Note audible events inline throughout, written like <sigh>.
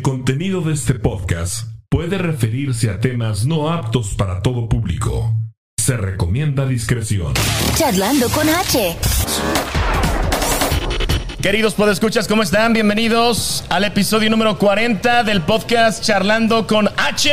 contenido de este podcast puede referirse a temas no aptos para todo público. Se recomienda discreción. Charlando con H. Queridos podescuchas, ¿cómo están? Bienvenidos al episodio número 40 del podcast Charlando con H.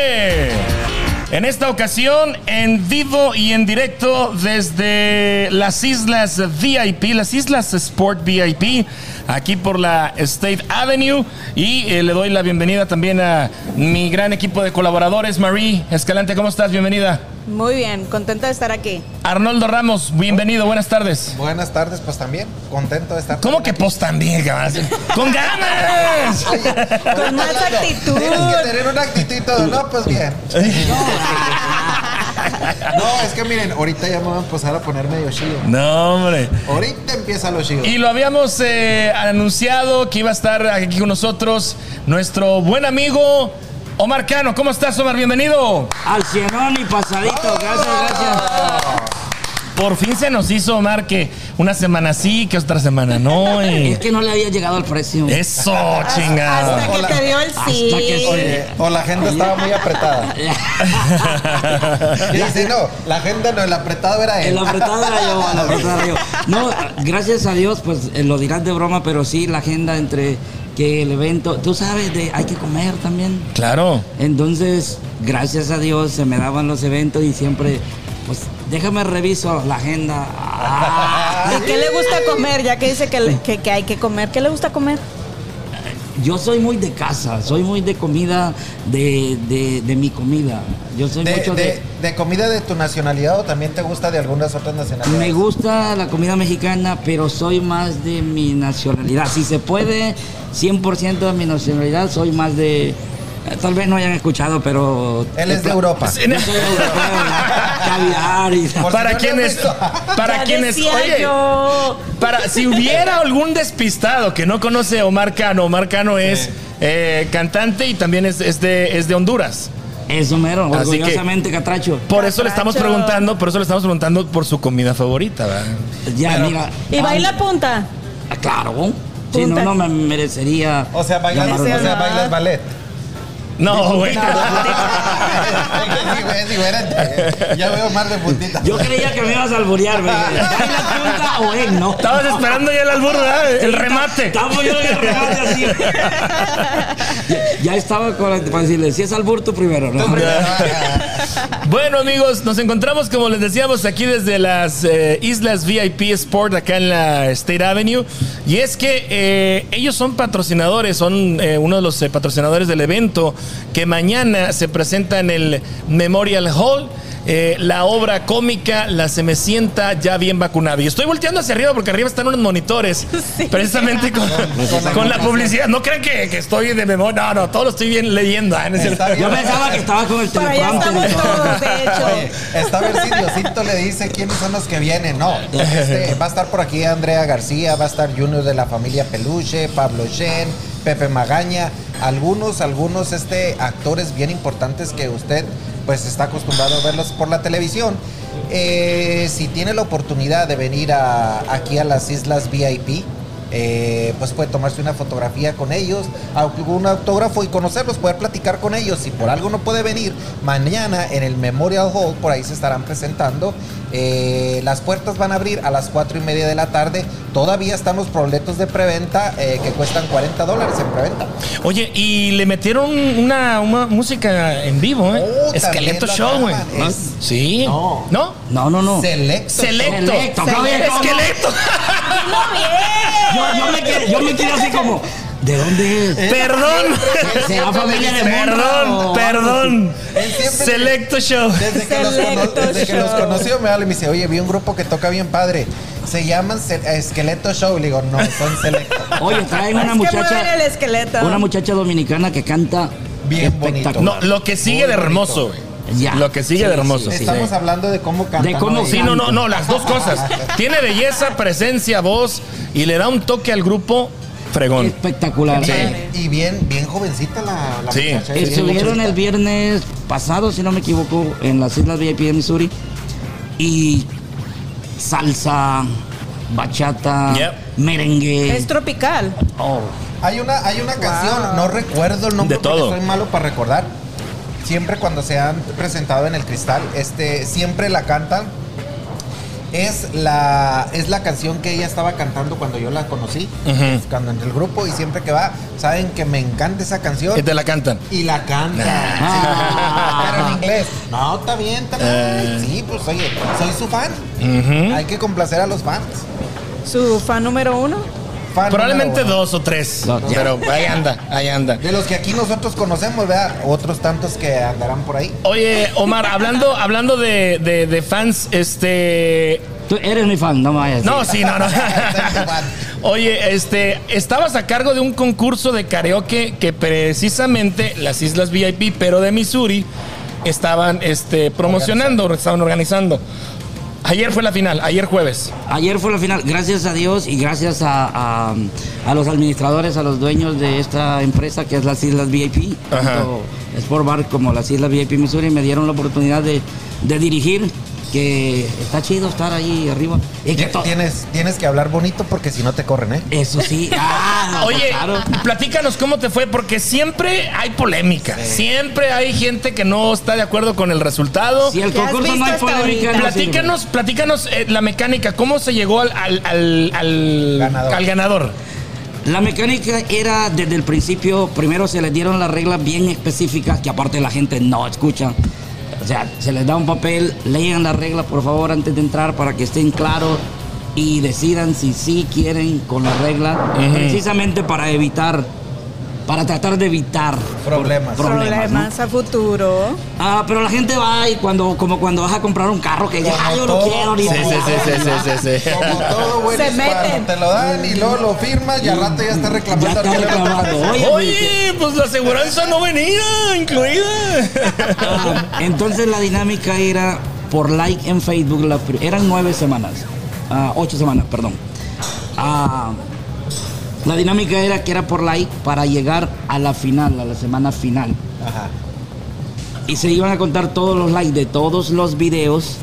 En esta ocasión, en vivo y en directo desde las islas VIP, las islas Sport VIP, aquí por la State Avenue. Y eh, le doy la bienvenida también a mi gran equipo de colaboradores, Marie Escalante, ¿cómo estás? Bienvenida. Muy bien, contenta de estar aquí. Arnoldo Ramos, bienvenido, buenas tardes. Buenas tardes, pues también. Contento de estar. ¿Cómo que post también, cabrón? <laughs> ¡Con ganas! Con más Hablando, actitud. Tienes que tener una actitud y todo, ¿no? Pues bien. No, No, es que miren, ahorita ya me van a empezar a poner medio chido. No, hombre. Ahorita empieza lo chido. Y lo habíamos eh, anunciado que iba a estar aquí con nosotros nuestro buen amigo Omar Cano. ¿Cómo estás, Omar? Bienvenido. Al cienón y pasadito, gracias, gracias. Por fin se nos hizo, Omar, que una semana sí, que otra semana no. y- <laughs> Es que no le había llegado al precio. Eso, Hasta chingado. que Hola. te dio el sí. que Oye, o la agenda estaba muy apretada. Y dice, no, la agenda no, el apretado era él. El apretado era yo, el apretado era yo. No, gracias a Dios, pues eh, lo dirás de broma, pero sí la agenda entre que el evento, tú sabes, de hay que comer también. Claro. Entonces, gracias a Dios se me daban los eventos y siempre, pues déjame reviso la agenda. Ah, ¿Y qué le gusta comer? Ya que dice que, le- que- que hay que comer, ¿qué le gusta comer? yo soy muy de casa, soy muy de comida, de, de, de mi comida. Yo soy De, mucho de- de comida de tu nacionalidad o también te gusta de algunas otras nacionalidades? Me gusta la comida mexicana, pero soy más de mi nacionalidad. Si se puede, 100% de mi nacionalidad, soy más de... eh, Tal vez no hayan escuchado, pero... Él es de Europa. Yo soy europeo, <laughs> ¿verdad? caviar y... Por Para si no lo han quienes, visto. para Ya quienes, decía oye, yo. Para, si hubiera algún despistado que no conoce a Omar Cano, Omar Cano es eh, cantante y también es, es de, es de Honduras. Eso mero, Así que- orgullosamente, catracho. Por eso le estamos Catracho. preguntando, por eso le estamos preguntando por su comida favorita, ¿verdad? Ya, Pero- mira... ¿Y ah, baila punta? ah, Claro. Si no, Punta. no me merecería... O sea, bailas, llamar- o Ese sea, no. bailas ballet. No, güey. <laughs> Sí, güey, es diferente. Ya veo más de puntita. Yo creía que me ibas a alborear, güey. ¿Baila punta o él, no? Estabas esperando ya el albur, ¿verdad? El remate. Estamos yo en el remate así. ya, ya estaba con la, para decirle, si es albur tú primero, ¿no? Bueno amigos, nos encontramos como les decíamos aquí desde las eh, Islas VIP Sport acá en la State Avenue y es que eh, ellos son patrocinadores, son eh, uno de los eh, patrocinadores del evento que mañana se presenta en el Memorial Hall. eh, la obra cómica La Semecienta ya bien vacunada. Y estoy volteando hacia arriba porque arriba están unos monitores. Sí. Precisamente con, con la publicidad. No crean que, que estoy de memoria. No, no, todo lo estoy bien leyendo. ah, no es cierto. Está bien. Yo pensaba que estaba con el Para allá teleprompter estamos y todo. todos, de Oye, hecho. está a ver si Diosito le dice quiénes son los que vienen. No, <laughs> este, va a estar por aquí Andrea García, va a estar Junior de la familia Peluche, Pablo Shen, Pepe Magaña, algunos, algunos este, actores bien importantes que usted pues está acostumbrado a verlos por la televisión. Eh, si tiene la oportunidad de venir a- aquí a las Islas VIP, eh, pues puede tomarse una fotografía con ellos, algún autógrafo y conocerlos, poder platicar con ellos. Si por algo no puede venir, mañana en el Memorial Hall, por ahí se estarán presentando. Eh, las puertas van a abrir a las 4 y media de la tarde. Todavía están los proletos de preventa eh, que cuestan 40 dólares en preventa. Oye, y le metieron una, una música en vivo, ¿eh? Oh, Esqueleto también la Show, güey. graban, es- Sí. No. ¿No? No, no, no. Selecto. Selecto. Selecto, ¿cómo? Esqueleto. Yo, yo me quedé, yo me quedé así como, ¿de dónde es? Perdón. ¿Será familia de Monra Perdón, o- perdón. Él siempre- Selecto Show. Desde que, los, cono- Selecto desde que los Show. conoció me habla y me dice, oye, vi un grupo que toca bien padre. Se llaman Se- Esqueleto Show. Le digo, no, son Selecto. Oye, traen una Es que mueven el muchacha, esqueleto. una muchacha dominicana que canta Bien bonito. espectacular. No, lo que sigue de hermoso, güey. Ya. Lo que sigue Sí, de hermoso. sí, sí. Estamos hablando de cómo cantan. De cómo- ¿no? Sí, no, no, no, las dos <laughs> cosas. Tiene belleza, presencia, voz y le da un toque al grupo fregón. Espectacular. Sí. Y bien, bien jovencita la, la Sí. muchacha. ¿eh? bien Estuvieron jovencita. el viernes pasado, si no me equivoco, en las Islas VIP de Missouri. Y salsa, bachata, Yep. merengue. Es tropical. Oh, Hay una, hay una canción, no recuerdo el nombre De porque todo. soy malo para recordar. Siempre cuando se han presentado en el cristal, este, siempre la cantan. Es la, es la canción que ella estaba cantando cuando yo la conocí, Ujú. cuando en el grupo, y siempre que va, saben que me encanta esa canción. Que te la cantan. Y la canta. Ah. Sí, pero en inglés. No, está bien, está bien. Eh. Sí, pues oye, soy su fan. Ujú. Hay que complacer a los fans. Su fan número uno. Fan Probablemente número uno. dos o tres. Dos, ya. Pero ahí anda, ahí anda. De los que aquí nosotros conocemos, ¿verdad? Otros tantos que andarán por ahí. Oye, Omar, hablando, hablando de, de- de fans, este. Tú eres mi fan, no me vayas. a No, <laughs> sí, no, no. Exacto, Juan. Oye, este, estabas a cargo de un concurso de karaoke que precisamente las islas VIP, pero de Missouri, estaban este, promocionando, estaban organizando. Ayer fue la final, ayer jueves. Pues, Ayer fue la final, gracias a Dios y gracias a, a- a los administradores, a los dueños de esta empresa que es las Islas VIP, Ajá. tanto Sport Bar como las Islas VIP Missouri, me dieron la oportunidad de, de dirigir, que está chido estar ahí arriba. Y que to- Tienes, tienes que hablar bonito porque si no te corren, ¿eh? Eso sí, ah, Oye, claro. platícanos cómo te fue, porque siempre hay polémica, siempre hay gente que no está de acuerdo con el resultado. Si el ¿Qué has concurso no visto hay hasta polémica, ahorita? no sirve. Platícanos, platícanos eh, la mecánica, cómo se llegó al, al- al- al- Ganador. al ganador. La mecánica era desde el principio, primero se les dieron las reglas bien específicas que aparte la gente no escucha. O sea, se les da un papel, lean las reglas por favor antes de entrar para que estén claros y decidan si sí quieren con las reglas, Ujú. precisamente para evitar, para tratar de evitar Problemas. por- Problemas, ¿no? a futuro. Ah, pero la gente va y cuando, como cuando vas a comprar un carro que ya Como yo no todo, quiero ni como nada". Como todo buen Se hispano, meten. Te lo dan y luego lo firmas y al rato ya Ya está reclamando. está al que le- reclamando. Oye, pues, Oye, pues la aseguranza no venía Ah, incluida. Ah, <laughs> Entonces la dinámica era por like en Facebook. la pri- eran nueve semanas. Ah, ocho semanas, perdón. Ah, la dinámica era que era por like para llegar a la final, a la semana final. Ajá. Y se iban a contar todos los likes de todos los videos.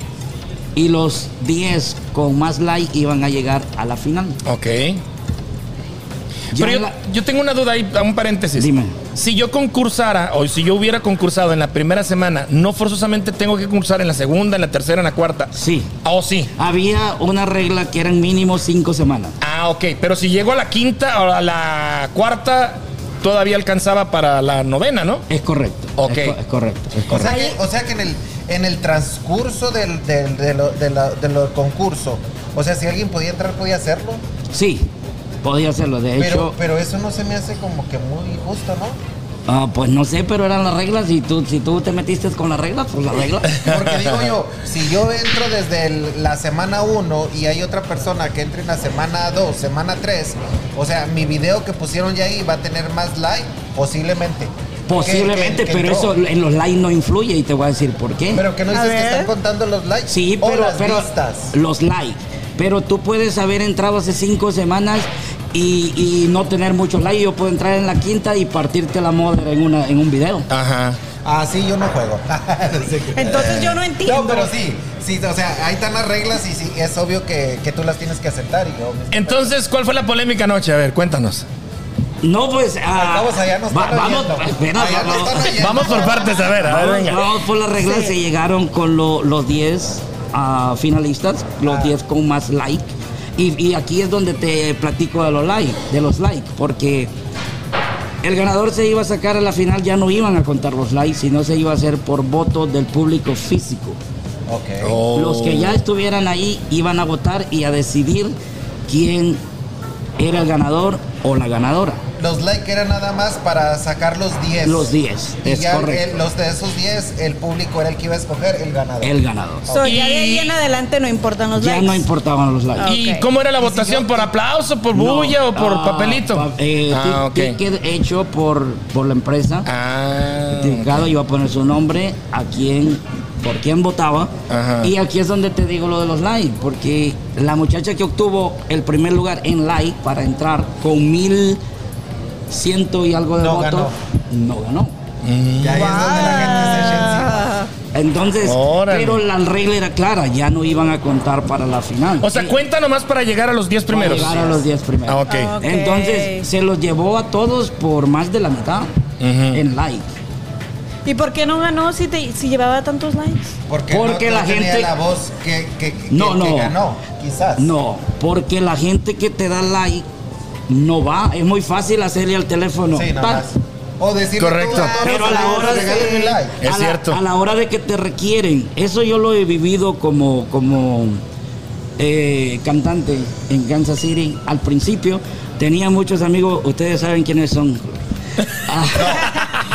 Y los 10 con más like iban a llegar a la final. ok. Ya Pero yo, la- yo tengo una duda ahí, un paréntesis. Dime. Si yo concursara, o si yo hubiera concursado en la primera semana, no forzosamente tengo que concursar en la segunda, en la tercera, en la cuarta. Sí. Oh, sí. Había una regla que eran mínimo cinco semanas. Ah, ok. Pero si llego a la quinta o a la cuarta, todavía alcanzaba para la novena, ¿no? Es correcto. Ok. Es, co- es correcto. es O sea correcto. que, o sea que en, el, en el transcurso del, del, de lo- de la- de lo concurso, o sea, si alguien podía entrar, podía hacerlo. Sí, podía hacerlo. De hecho. Pero, pero eso no se me hace como que muy justo, ¿no? Ah, pues no sé, pero eran las reglas. Si tú, si tú te metiste con las reglas, pues las reglas. <laughs> Porque digo yo, si yo entro desde el- la semana 1 y hay otra persona que entre en la semana 2, semana 3, o sea, mi video que pusieron ya ahí va a tener más like, posiblemente. Posiblemente, Que- que- que pero entró. eso en los likes no influye y te voy a decir por qué. Pero que no A dices que ver. están contando los likes sí, o pero, las pero- vistas. los likes. Pero tú puedes haber entrado hace cinco semanas y, y no tener muchos likes. Yo puedo entrar en la quinta y partirte la moda en, una, en un video. Ajá. Así Ah, yo no juego. <laughs> Entonces yo no entiendo. No, pero sí, sí, o sea, ahí están las reglas y sí, es obvio que, que tú las tienes que aceptar y yo. Entonces, ¿cuál fue la polémica anoche? A ver, cuéntanos. No, pues. ah, Vamos allá, nos va- están Vamos, eh, oyendo. espera, Allá nos vamos- están oyendo. Vamos por partes, Pues a ver, a ver, Vamos, venga. vamos por las reglas, se llegaron con lo- los 10 ah, finalistas, los 10 con más like. Y, y aquí es donde te platico de los like, de los likes, porque el ganador se iba a sacar a la final, ya no iban a contar los likes, sino se iba a hacer por voto del público físico. Ok. Oh. Los que ya estuvieran ahí iban a votar y a decidir quién era el ganador o la ganadora. Los likes eran nada más para sacar los 10. Los 10, Y es ya correcto. el- los de esos 10, el público era el que iba a escoger el ganador. El ganador. So, ya de Y- ahí en adelante no importan los Ya likes. no importaban los likes. ¿Y Ok. cómo era la votación? ¿Por aplauso, por bulla No. o por Ah, papelito? pa- eh, ah, ti- ok. Ticket hecho por, por la empresa. Ah, Identificado, iba a poner su nombre, a quién, por quién votaba. Ajá. Y aquí es donde te digo lo de los likes, porque la muchacha que obtuvo el primer lugar en like para entrar con mil ciento y algo de No votos, ganó. no ganó. Y ahí es donde la gente se echa encima. Ah, Entonces, Órale. pero la regla era clara, ya no iban a contar para la final. O sea, cuenta nomás para llegar a los 10 Para primeros. llegar a los 10 primeros. Ah, ok. Ah, ok. Entonces, se los llevó a todos por más de la mitad en like. ¿Y por qué no ganó si, te, si llevaba tantos likes? Porque, no- Porque no, la tenía gente- la voz que, que, que- No, que no. ganó, quizás. No, porque la gente que te da like no va. Es muy fácil hacerle al teléfono. Sí, "Tac". nada más. O decir Correcto. Pero a la hora de Regálame un like. a Es la- cierto. a la hora de que te requieren, eso yo lo he vivido como, como eh, cantante en Kansas City. Al principio tenía muchos amigos, ustedes saben quiénes son.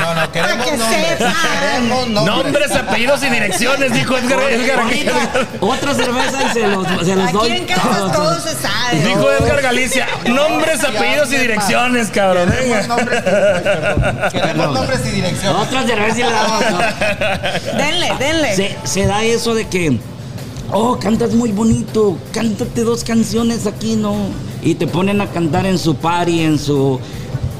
No, no, queremos que nombres. sepa. Queremos nombres. Nombres, apellidos y direcciones, dijo Edgar. Edgar Ahorita, otra cerveza y se los, se los doy. Aquí en casa todo se sabe. Dijo Edgar Galicia, nombres, apellidos y direcciones, cabrón. Queremos Venga. nombres, <laughs> perdón. Queremos Perdón. nombres y direcciones. Otra cerveza y le damos, ¿no? <laughs> Denle, denle. se, se da eso de que, oh, cantas muy bonito, cántate dos canciones aquí, ¿no? Y te ponen a cantar en su party, en su...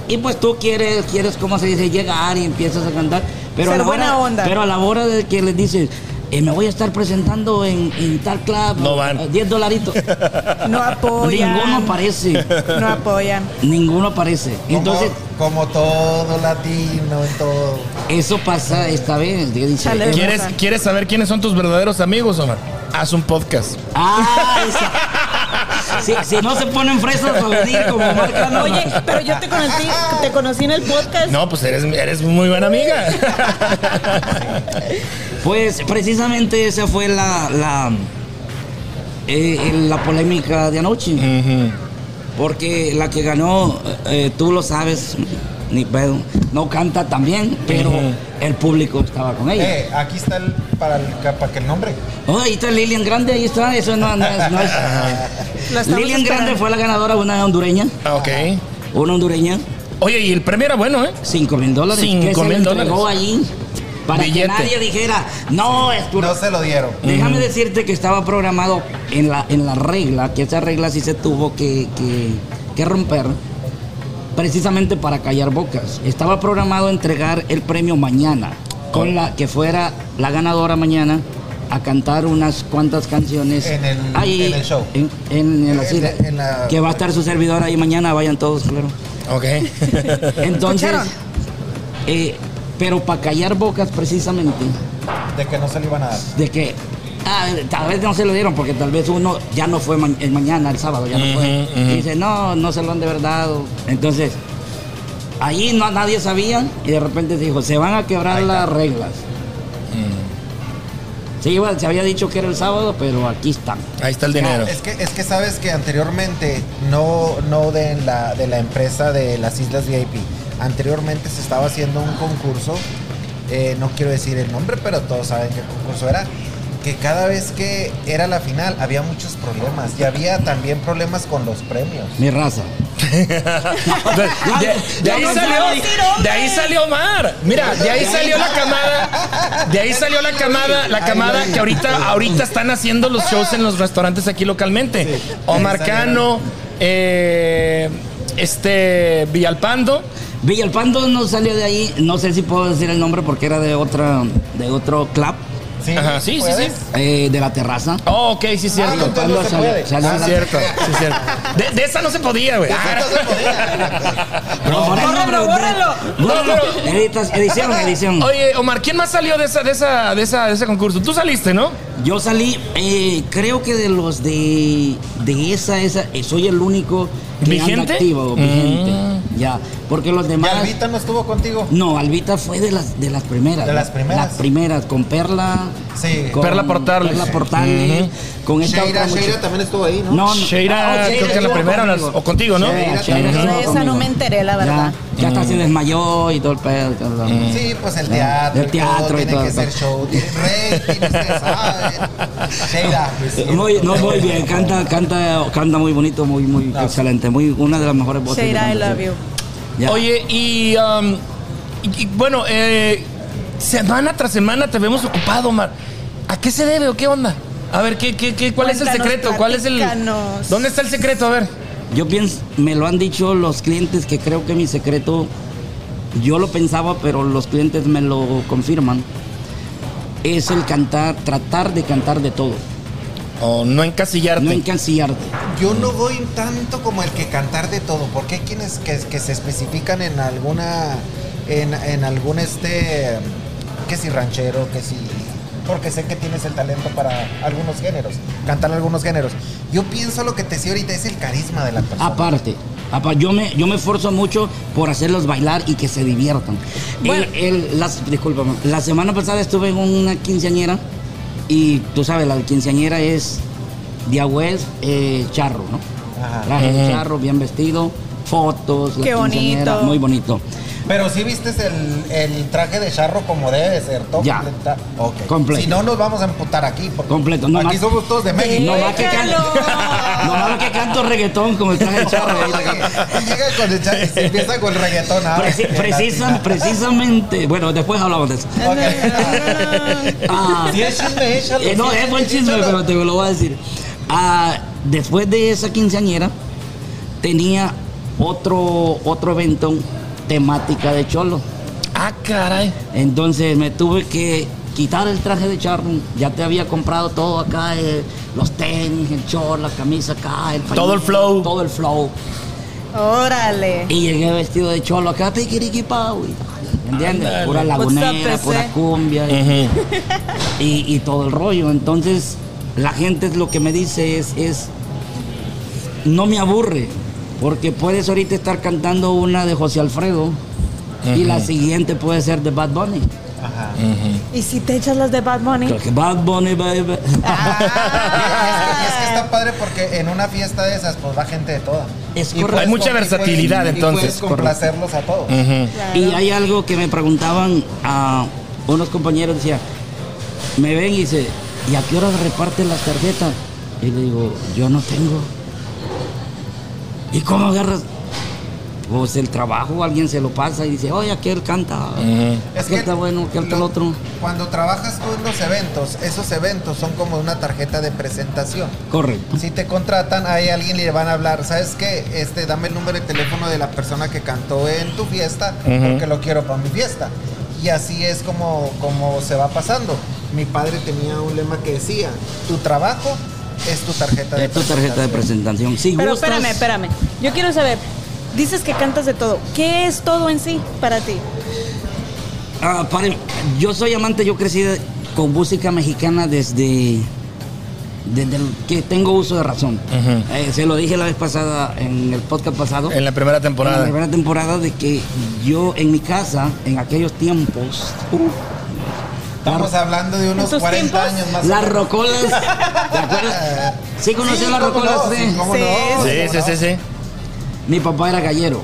Y pues tú quieres, quieres, ¿cómo se dice? Llegar y empiezas a cantar. Pero a Ser la buena hora, onda. Pero a la hora de que les dices, "Eh, me voy a estar presentando en, en tal club. No van. 10 dolaritos. <laughs> No apoyan. Ninguno aparece. No apoyan. Ninguno aparece. Como- Entonces, como todo latino, en todo. eso pasa esta vez. Yo dije, Chale. ¿Quieres, ¿Quieres saber quiénes son tus verdaderos amigos, Omar? Haz un podcast. Ah, esa. Si, si no se ponen fresas a venir como marca no. Oye, pero <laughs> yo te conocí, te conocí en el podcast. No, pues eres, eres muy buena amiga. Pues precisamente esa fue la la, eh, eh, la polémica de anoche. Porque la que ganó, eh, eh, tú lo sabes, ni pedo, no canta tan bien, pero Ujú. el público estaba con ella. Eh, aquí está el, para, el, para que el nombre. Oh, ahí está Lilian Grande, ahí está, eso no, no es. no es. <laughs> La estamos Lilian Grande esperando. fue la ganadora, una hondureña, Ah, ok. una hondureña. Oye, y el premio era bueno, ¿eh? 5 mil dólares. Cinco que se mil le entregó dólares. allí para Billete. que nadie dijera, no, es tu... No se lo dieron. Déjame decirte que estaba programado en la, en la regla, que esa regla sí se tuvo que, que, que romper, precisamente para callar bocas. Estaba programado entregar el premio mañana, Oh. con la que fuera la ganadora mañana a cantar unas cuantas canciones En el- ahí, en el show. en- en- en la En- ah. cita, en la- que va a estar su servidor ahí mañana, vayan todos, claro. Ok. Entonces, ¿Escucharon? <laughs> eh, pero para callar bocas precisamente, De que no se lo iban a dar. de que ah, tal vez no se lo dieron porque tal vez uno ya no fue ma- el mañana, el sábado, ya no fue. Ujú, ujú. Y dice, no, no se lo han de verdad. o- Entonces, allí no, nadie sabía y de repente se dijo, se van a quebrar Ahí está. las reglas. Se, iba- se había dicho que era el sábado, pero aquí están. Ahí está el dinero. Es que, es que sabes que anteriormente, no, no de, la, de la empresa de las Islas VIP, anteriormente se estaba haciendo un concurso, eh, no quiero decir el nombre, pero todos saben qué concurso era, que cada vez que era la final había muchos problemas y había también problemas con los premios. Mi raza. De, de- de ahí Ya salió, pensaba. de ahí <laughs> salió Omar. Mira, de ahí salió la camada. De ahí salió la camada, la camada que ahorita, ahorita están haciendo los shows en los restaurantes aquí localmente. Sí. Omar Cano, eh, este Villalpando. Villalpando no salió de ahí, no sé si puedo decir el nombre porque era de otra, de otro club, Sí, Ajá, sí, sí, ¿puedes? sí. eh, de la terraza. Oh, ok, sí es Ah, no, cierto. entonces no se Salió- puede. salió- Ah, Sí es cierto, sí es cierto. De, de esa no se podía, güey. no se podía. Pero por eso Bórralo, pregunté. bórralo. Bórralo. No, pero- Editas- edición, edición. Oye, Omar, ¿quién más salió de esa, de esa, de esa, de ese concurso? Tú saliste, ¿no? Yo salí, eh, creo que de los de, de esa, esa, eh, soy el único que ¿Vigente? Ah. anda activo, vigente. Ya, porque los Y demás... Albita no estuvo contigo. No, Albita fue de las, de las primeras. De las primeras. Las primeras, con Perla. Sí. con Perla Portales. Perla Portales, con esta Sheira, otra muchacha- Sheira también estuvo ahí, ¿no? No, no. Ah, oh, Sheira, creo que es la estuvo primera, o las- o contigo, ¿no? Sheira, Sheira De estuvo esa no conmigo. me enteré, la verdad. Ya, ya hasta Mm. se desmayó y todo el pedo. y todo el- Sí, pues el teatro. El y todo, teatro y tiene todo, que todo. ser show. Tiene rating, ustedes saben. Sheila. pues, sí. Muy, no, muy bien, canta, canta, canta muy bonito, muy, muy excelente, muy una de las mejores voces. de Sheira, I canta, love sí. you. Ya. Oye, y, um, y- y, bueno, eh, semana tras semana te vemos ocupado, Omar. ¿A qué se debe o qué onda? A ver, ¿qué, qué, qué, ¿cuál es el Cuéntanos, secreto? ¿Cuál es el, platícanos. ¿Dónde está el secreto? A ver. yo pienso, me lo han dicho los clientes que creo que mi secreto, yo lo pensaba, pero los clientes me lo confirman. es el cantar, tratar de cantar de todo, O no encasillarte. no encancillarte. Yo no voy tanto como el que cantar de todo, porque hay quienes que, que se especifican en alguna, en, en algún este, que si ranchero, que si, porque sé que tienes el talento para algunos géneros, cantar algunos géneros. Yo pienso lo que te decía ahorita es el carisma de la Ah. persona. Aparte, apa- yo me yo me esforzo mucho por hacerlos bailar y que se diviertan. Bueno. El- el- las, disculpa, ma. la semana pasada estuve en una quinceañera y tú sabes, la quinceañera es diagüez eh, charro, ¿no? Ajá. Traje de Ujú. charro, bien vestido, fotos, la Eh. Qué quinceañera, bonito. muy bonito. Pero si vistes el, el traje de charro como debe de ser, todo Ya. completa- ok. Completo. Si no nos vamos a emputar aquí, porque Completo, no aquí más. somos todos de México. No más que canto, Déjalo. no más que canto reggaetón como el traje de <laughs> charro. ahí la can- Y llega con el chat y se empieza con el reggaetón. ahora. Preci- precisan- precisamente, bueno, después hablamos de eso. Ok. Ah, Si es chisme, échalo. Eh, no, Si es buen chisme, échalo. pero te lo voy a decir. Ah, después de esa quinceañera, tenía otro, otro evento temática de cholo. Ah, caray. Entonces me tuve que quitar el traje de charro. Ya te había comprado todo acá, eh, los tenis, el short, la camisa acá, el Todo el flow. Todo el flow. Órale. Y llegué vestido de cholo acá, tiquiriquipau. ¿Entiendes? Ándale. Pura What's up, lagunera, PC? pura cumbia. y- <laughs> y, y todo el rollo. Entonces, la gente es lo que me dice es, es, no me aburre, porque puedes ahorita estar cantando una de José Alfredo y la siguiente puede ser de Bad Bunny. Ajá. ¿Y si te echas las de Bad Bunny? Porque Bad Bunny, baby. Y es que Ah. está padre porque en una fiesta de esas, pues va gente de toda. Es Y correcto. puedes Hay mucha con- y puedes- versatilidad, y entonces. Puedes complacerlos a Mm. todos. Y hay algo que me preguntaban a unos compañeros, decía, me ven y dice, ¿y a qué hora reparten las tarjetas? Y le digo, yo no tengo. ¿Y cómo agarras? Pues el trabajo, alguien se lo pasa y dice, oye, aquel canta, aquel está bueno, aquel está el lo- otro. Cuando trabajas tú en los eventos, esos eventos son como una tarjeta de presentación. Correcto. Si te contratan, hay alguien le van a hablar, ¿sabes qué? Este, dame el número de teléfono de la persona que cantó en tu fiesta, porque lo quiero para mi fiesta. Y así es como, como se va pasando. Mi padre tenía un lema que decía, tu trabajo es tu tarjeta de Es tu tarjeta de presentación. Si Pero gustas- espérame, espérame. Yo quiero saber, dices que cantas de todo. ¿Qué es todo en sí para ti? Ah, pare- yo soy amante, yo crecí de- con música mexicana desde, desde el que tengo uso de razón. Ujú. Eh, se lo dije la vez pasada, en el podcast pasado, En la primera en la temporada. primera temporada, de que yo en mi casa, en aquellos tiempos, uh, Estamos hablando de unos ¿En tus 40 tiempos? años más las o menos. rocolas, ¿te acuerdas? ¿Sí conocían Sí, las cómo rocolas? no, Sí. sí, cómo Sí, no, cómo Sí, sí, no. sí, sí. Mi papá era gallero.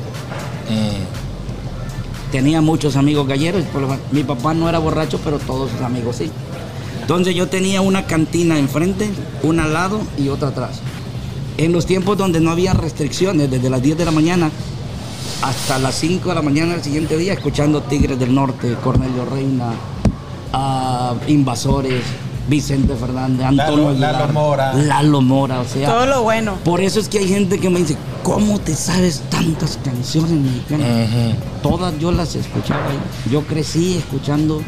Tenía muchos amigos galleros. por lo- Mi papá no era borracho, pero todos sus amigos sí. Entonces yo tenía una cantina enfrente, una al lado y otra atrás. En los tiempos donde no había restricciones, desde las 10 de la mañana hasta las 5 de la mañana del siguiente día, escuchando Tigres del Norte, Cornelio Reina, ah, Invasores, Vicente Fernández, Antonio Lalo- Lalo Aguilar, Mora. Lalo Mora, o sea. Todo lo bueno. Por eso es que hay gente que me dice, ¿cómo te sabes tantas canciones mexicanas? Ujú. Todas yo las escuchaba ahí. Yo crecí escuchando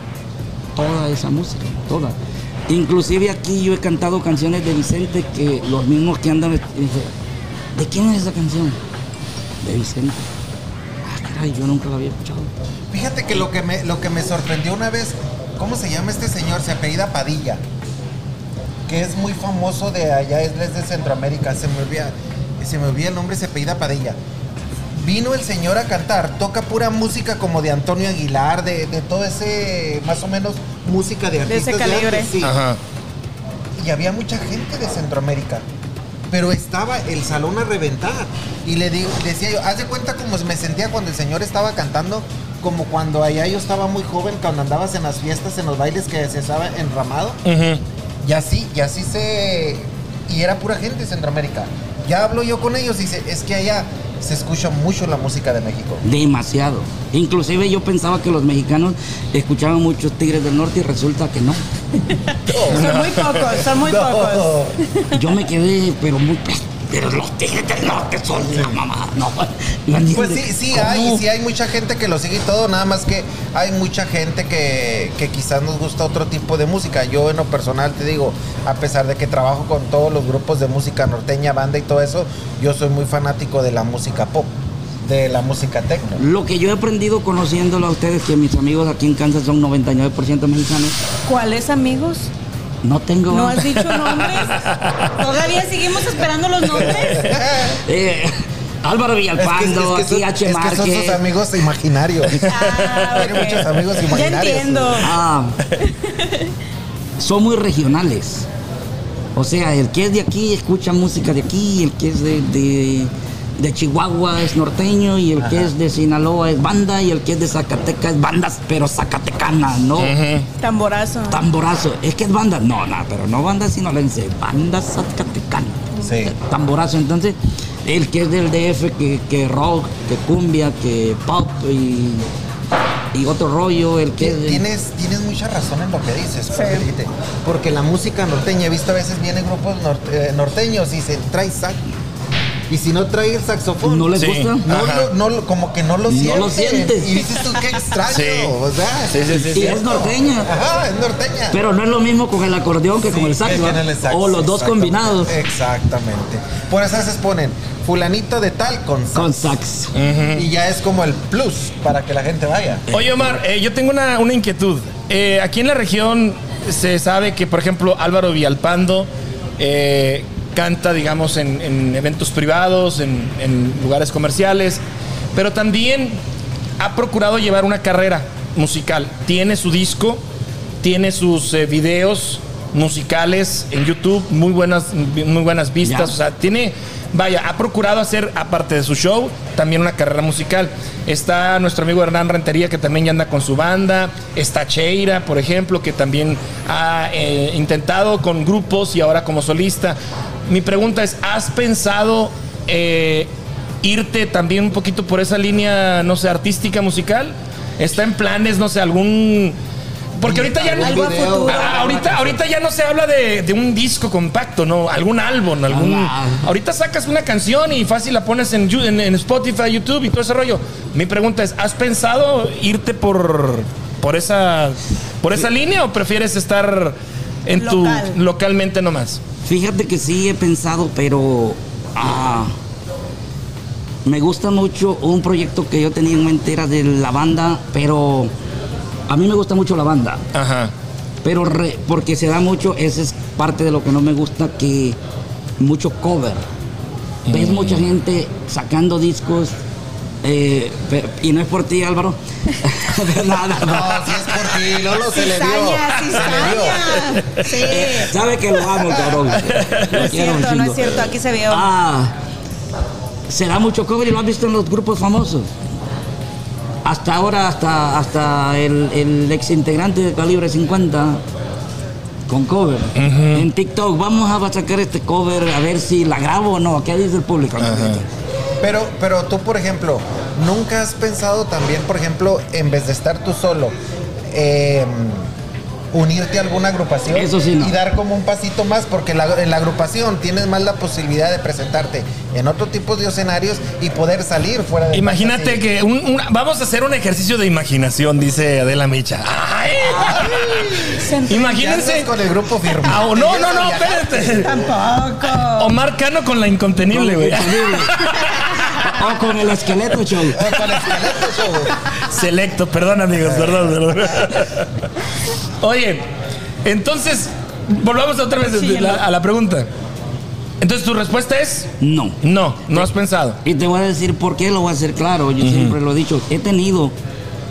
toda esa música, toda. Inclusive aquí yo he cantado canciones de Vicente que los mismos que andan, dicen, ¿de quién es esa canción? De Vicente. Ah, caray, yo nunca la había escuchado. Fíjate que lo que me, lo que me sorprendió una vez, ¿cómo se llama este señor? Se apellida Padilla, que es muy famoso de allá, es es de Centroamérica, se me olvida, se me olvida el nombre, se apellida Padilla. Vino el señor a cantar, toca pura música como de Antonio Aguilar, de, de todo ese, más o menos, música de De artistas. ese calibre. antes, sí. Ajá. Y había mucha gente de Centroamérica. Pero estaba el salón a reventar. Y le digo, decía yo, haz de cuenta como me sentía cuando el señor estaba cantando, como cuando allá yo estaba muy joven, cuando andabas en las fiestas, en los bailes que se estaba enramado. Ujú. Y así, y así se. Y era pura gente de Centroamérica. Ya hablo yo con ellos y dice, es que allá se escucha mucho la música de México. Demasiado. Inclusive yo pensaba que los mexicanos escuchaban muchos Tigres del Norte y resulta que no. Son muy pocos, son muy No. pocos. Yo me Oh. quedé, pero muy... pes- pero los tigres del norte son la mamá. No, ¿me entiendes? Pues sí, sí ¿Cómo? hay, sí hay mucha gente que lo sigue y todo, nada más que hay mucha gente que, que quizás nos gusta otro tipo de música. Yo en lo personal te digo, a pesar de que trabajo con todos los grupos de música norteña, banda y todo eso, yo soy muy fanático de la música pop, de la música techno. Lo que yo he aprendido conociéndolo a ustedes, que mis amigos aquí en Kansas son 99% mexicanos, ¿Cuáles amigos? no tengo... ¿No has dicho nombres? ¿Todavía seguimos esperando los nombres? <laughs> Eh, Álvaro Villalpando, es que son- aquí H. es que son sus Márquez. amigos <laughs> imaginarios. Ah, Tiene ok. muchos amigos Ya imaginarios. entiendo. Ah, son muy regionales. O sea, el que es de aquí escucha música de aquí, el que es de, de- de Chihuahua es norteño, y el que es de Sinaloa es banda, y el que es de Zacatecas es bandas, pero zacatecanas, ¿no? Tamborazo. Tamborazo, es que es banda, no, no, pero no banda sinolense, banda zacatecana. Sí. Tamborazo, entonces, el que es del DF, que, que rock, que cumbia, que pop y, y otro rollo, el que es... de- Tienes, tienes mucha razón en lo que dices, porque, fíjate, porque la música norteña, he visto a veces vienen grupos norte- eh, norteños y se trae sax. Y si no trae el saxofón, ¿No les Sí. gusta? no Ajá. lo- no lo- como que no No lo sientes. lo sientes. Y dices tú, qué extraño. Sí. O sea, Sí, sí, sí, Y sí. es norteña. Ajá, es norteña. Pero no es lo mismo con el acordeón que con el sax, que ¿va? tiene el sax, O los dos exactamente. combinados Exactamente. Por eso a veces ponen fulanito de tal con sax. con sax. Y ya es como el plus para que la gente vaya. Oye, Omar, eh, yo tengo una, una inquietud. Eh, aquí en la región se sabe que, por ejemplo, Álvaro Villalpando eh, canta, digamos, en, en eventos privados, en, en lugares comerciales, pero también ha procurado llevar una carrera musical. Tiene su disco, tiene sus eh, videos musicales en YouTube, muy buenas, muy buenas vistas, Ya. o sea, tiene, vaya, ha procurado hacer, aparte de su show, también una carrera musical. Está nuestro amigo Hernán Rentería, que también ya anda con su banda. Está Cheira, por ejemplo, que también ha eh, intentado con grupos y ahora como solista. Mi pregunta es, ¿has pensado eh, irte también un poquito por esa línea, no sé, artística, musical? ¿Está en planes, no sé, algún... Porque ahorita ya Algún video, Ah, ahorita, ahorita ya no se habla de, de un disco compacto, ¿no? Algún álbum, algún. Ah. Ahorita sacas una canción y fácil la pones en, Yu- en, en Spotify, YouTube y todo ese rollo. Mi pregunta es: ¿has pensado irte por, por esa. por esa línea o prefieres estar en Local. tu. localmente nomás? Fíjate que sí he pensado, pero ah, me gusta mucho un proyecto que yo tenía en mente era de la banda, pero a mí me gusta mucho la banda. Ajá. Pero re- porque se da mucho, esa es parte de lo que no me gusta, que mucho cover. Mm. Ves mucha gente sacando discos, eh, pe- y no es por ti Álvaro, De nada, No, si es por ti, Lolo se le dio. Cizaña, Se le dio. cizaña. <laughs> Sí. Sabe que lo amo, <laughs> cabrón. Lo es quiero un cierto, no es chingo. cierto, aquí se vio. Ah, se da mucho cover y lo has visto en los grupos famosos. Hasta ahora, hasta, hasta el, el ex integrante de Calibre 50 con cover. En TikTok, vamos a sacar este cover a ver si la grabo o no. ¿Qué dice el público? Pero, pero tú, por ejemplo, ¿nunca has pensado también, por ejemplo, en vez de estar tú solo, eh, unirte a alguna agrupación? Eso sí, no. Y dar como un pasito más, porque la- en la agrupación tienes más la posibilidad de presentarte en otro tipo de escenarios y poder salir fuera de... Imagínate Sí. que un- un- vamos a hacer un ejercicio de imaginación, dice Adela Micha. ¡Ay! Sentí- Ya andas Imagínense. con el grupo firme. Ah, o- no, no, no, Ya- espérate. Tampoco. Omar Cano con la incontenible, güey. <laughs> O con el esqueleto show. O con esqueleto, show. Selecto, perdón amigos, perdón, perdón. Oye, entonces, volvamos otra vez desde la- a la pregunta. Entonces, tu respuesta es No. no, no has pensado. Y te voy a decir por qué lo voy a hacer claro. Yo siempre lo he dicho. He tenido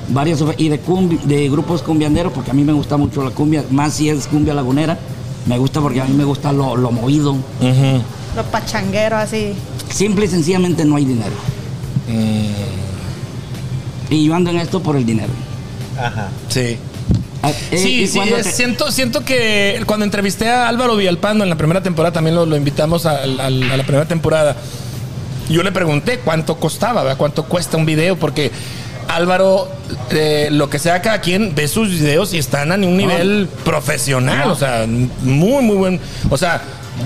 varias ofe- y de, cumbi- de grupos cumbianderos, porque a mí me gusta mucho la cumbia, más si es cumbia lagunera. Me gusta porque a mí me gusta lo, lo movido. Lo pachanguero así. Simple y sencillamente no hay dinero. Eh. Y yo ando en esto por el dinero. Ajá. Sí. Ah, eh, Sí, y sí, cuando eh, te- siento, siento que cuando entrevisté a Álvaro Villalpando en la primera temporada, también lo, lo invitamos a, al- al- a la primera temporada. Yo le pregunté cuánto costaba, ¿verdad? cuánto cuesta un video, porque Álvaro, eh, lo que sea cada quien, ve Ah. sus videos y están a un nivel profesional, o sea, muy, muy buen. O sea,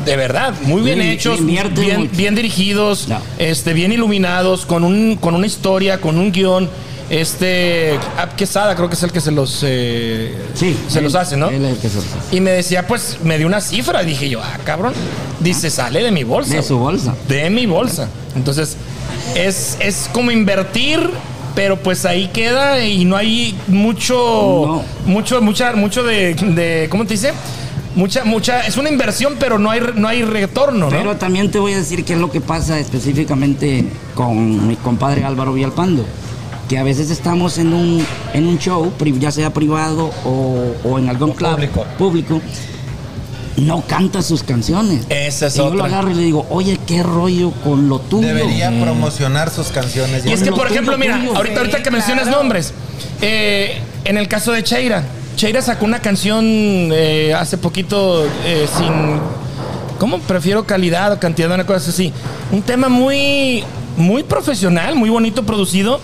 de verdad, muy bien Sí, hechos, invierte bien, mucho. bien dirigidos, No. este, bien iluminados, con, un, con una historia, con un guión. Este, Ab Quesada creo que es el que se los, eh, Sí. se los él- hace, ¿no? él es el que se los hace. Y me decía, pues, me dio una cifra. Dije yo, ah, cabrón. Dice, sale de mi bolsa. De su güey. bolsa. De mi bolsa. Entonces, es, es como invertir, pero pues ahí queda y no hay mucho. Mucho, mucha, mucho de, de- ¿Cómo te dice? Mucha, mucha. Es una inversión, pero no hay, no hay retorno, ¿no? Pero también te voy a decir qué es lo que pasa específicamente con mi compadre Álvaro Villalpando. Que a veces estamos en un, en un show, pri- ya sea privado o, o en algún club público. público, no canta sus canciones. Esa es y yo lo otra. agarro y le digo, oye, qué rollo con lo tuyo. Debería promocionar sus canciones. Y es que, Lo por tuyo, ejemplo, mira, tuyo. ahorita, ahorita Sí, que mencionas claro. nombres, eh, en el caso de Cheira, Cheira sacó una canción eh, hace poquito eh, sin. ¿Cómo? Prefiero calidad o cantidad, una cosa así. Un tema muy, muy profesional, muy bonito producido,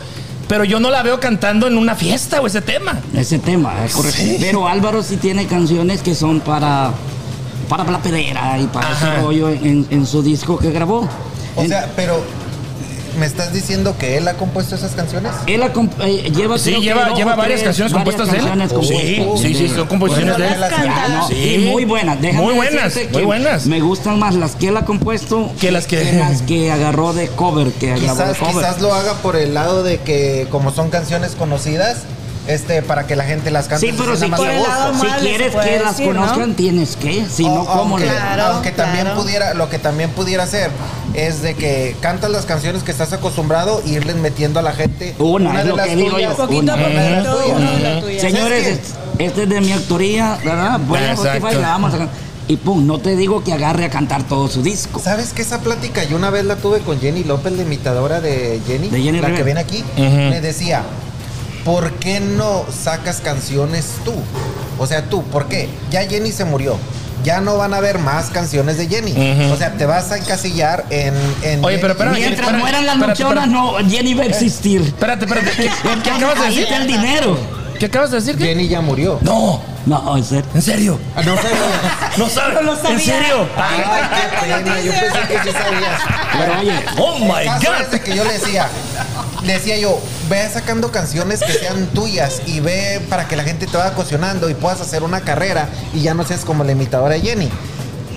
pero yo no la veo cantando en una fiesta o ese tema. Ese tema, es correcto. Sí. Pero Álvaro sí tiene canciones que son para, para la pedera y para Ajá. ese rollo en, en su disco que grabó. O sea, pero ¿me estás diciendo que él ha compuesto esas canciones? Él ha comp- eh, lleva, Sí, creo que lleva, dos o lleva tres- varias canciones varias compuestas de él. canciones este, compuestas Sí, sí, sí, de- son composiciones de él. Bueno, Ah, no, canta. Sí. y muy buenas. déjame Muy buenas, decirte muy que buenas. Me gustan más las que él ha compuesto Que las <laughs> que- las que agarró de cover, que grabó de Quizás, cover. quizás lo haga por el lado de que como son canciones conocidas, este, para que la gente las cante. Sí, pero así si nada más a quieres, gusto. amable, si se quieres puede que las decir, ¿no? conozcan, tienes que. Si O- no, ¿cómo aunque, le Claro, aunque también claro. pudiera, lo que también pudiera hacer es de que cantas las canciones que estás acostumbrado, e irles metiendo a la gente Una, es lo que digo yo. Poquito a Una. poquito, uno de la tuya. Señores, ¿Sabes es- este es de mi autoría, ¿verdad? Voy a Exacto. Spotify, la vamos a can- Y pum, no te digo que agarre a cantar todo su disco. ¿Sabes que esa plática yo una vez la tuve con Jenny López, la imitadora de Jenny, De Jenny la que Rivera. viene aquí? Ujú. Me decía, ¿por qué no sacas canciones tú? O sea, tú, ¿por qué? Ya Jenny se murió. Ya no van a haber más canciones de Jenny. Ujú. O sea, te vas a encasillar en. en Oye, Jenny. pero espérame, Mientras espérate, mueran las espérate, luchonas, no, Jenny va a existir. Espérate, espérate. ¿Qué, qué Porque acabas de ahí decir? está el dinero. ¿Qué acabas de decir? ¿Qué? Jenny ya murió. No, No, en serio. en serio. Ah, No sabía. No sabes. No lo sabía. ¿En serio? Ay, qué pena, yo pensé que sí sabías. Pero oye, Oh my El caso es God. de que yo le decía, le decía yo, ve sacando canciones que sean tuyas y ve para que la gente te vaya cocinando y puedas hacer una carrera y ya no seas como la imitadora de Jenny.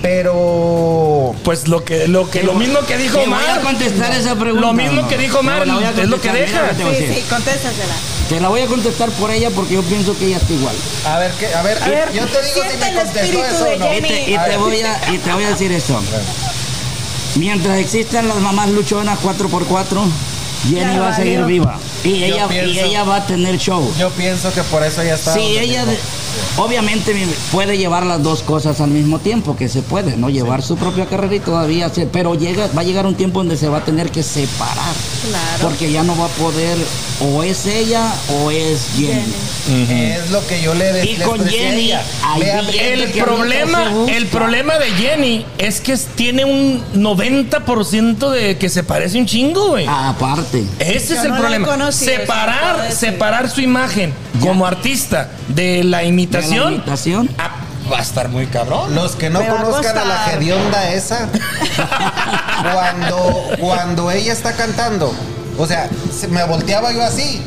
Pero Pues lo que lo que lo mismo que dijo Te voy a Omar. contestar esa pregunta. Lo mismo No, que dijo no, Omar, la voy a es lo que contestar, deja. mira lo que te voy a Sí, decir. sí, contéstasela. Te la voy a contestar por ella porque yo pienso que ella está igual. a ver qué, a ver, A ver, yo te digo si siente me el contestó espíritu eso de o no. Y te, y A te ver, voy, <laughs> a, y te voy a decir esto. Mientras existan las mamás luchonas 4x4, Jenny Ya va a seguir valió. viva. Y Yo ella, y pienso- ella va a tener show. Yo pienso que por eso ya está. Si donde ella, llegó. de- obviamente mi- puede llevar las dos cosas al mismo tiempo, que se puede, ¿no? Llevar su propia carrera y todavía hacer, pero llega, va a llegar un tiempo donde se va a tener que separar. Claro. Porque ya no va a poder, o es ella o es Jenny. es lo que yo le de- Y les con decía a Jenny, ella. ahí Ve a- viene El que ahorita se problema, busca. el problema de Jenny es que tiene un 90% de que se parece un chingo, güey. Aparte. Ese Yo es no el la he problema. conocido, eso te puedo separar, decir. separar su imagen Ya. como artista de la imitación. imitación. ah, va a estar muy cabrón. Los que no Me va a conozcan a, la costar. hedionda <laughs> esa, cuando, cuando ella está cantando, o sea, se- me volteaba yo así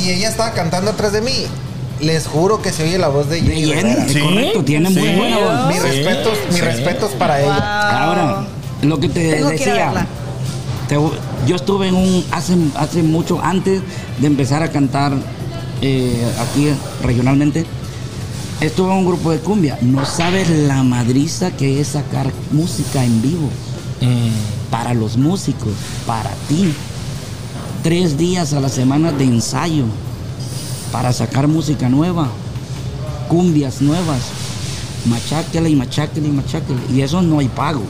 y ella estaba cantando atrás de mí. Les juro que se oye la voz de De Jenny. Jenny, Rivera. es Sí, correcto, tiene muy sí. buena voz. Mis Sí, respetos, mis sí. respetos para ella. Ahora, lo que te Tengo que ir a decía, verla. te- yo estuve en un, hace, hace mucho, antes de empezar a cantar eh, aquí regionalmente, estuve en un grupo de cumbia. No sabes la madriza que es sacar música en vivo para los músicos, para ti. Tres días a la semana de ensayo para sacar música nueva, cumbias nuevas, macháquele y macháquele y macháquele. Y eso no hay pago.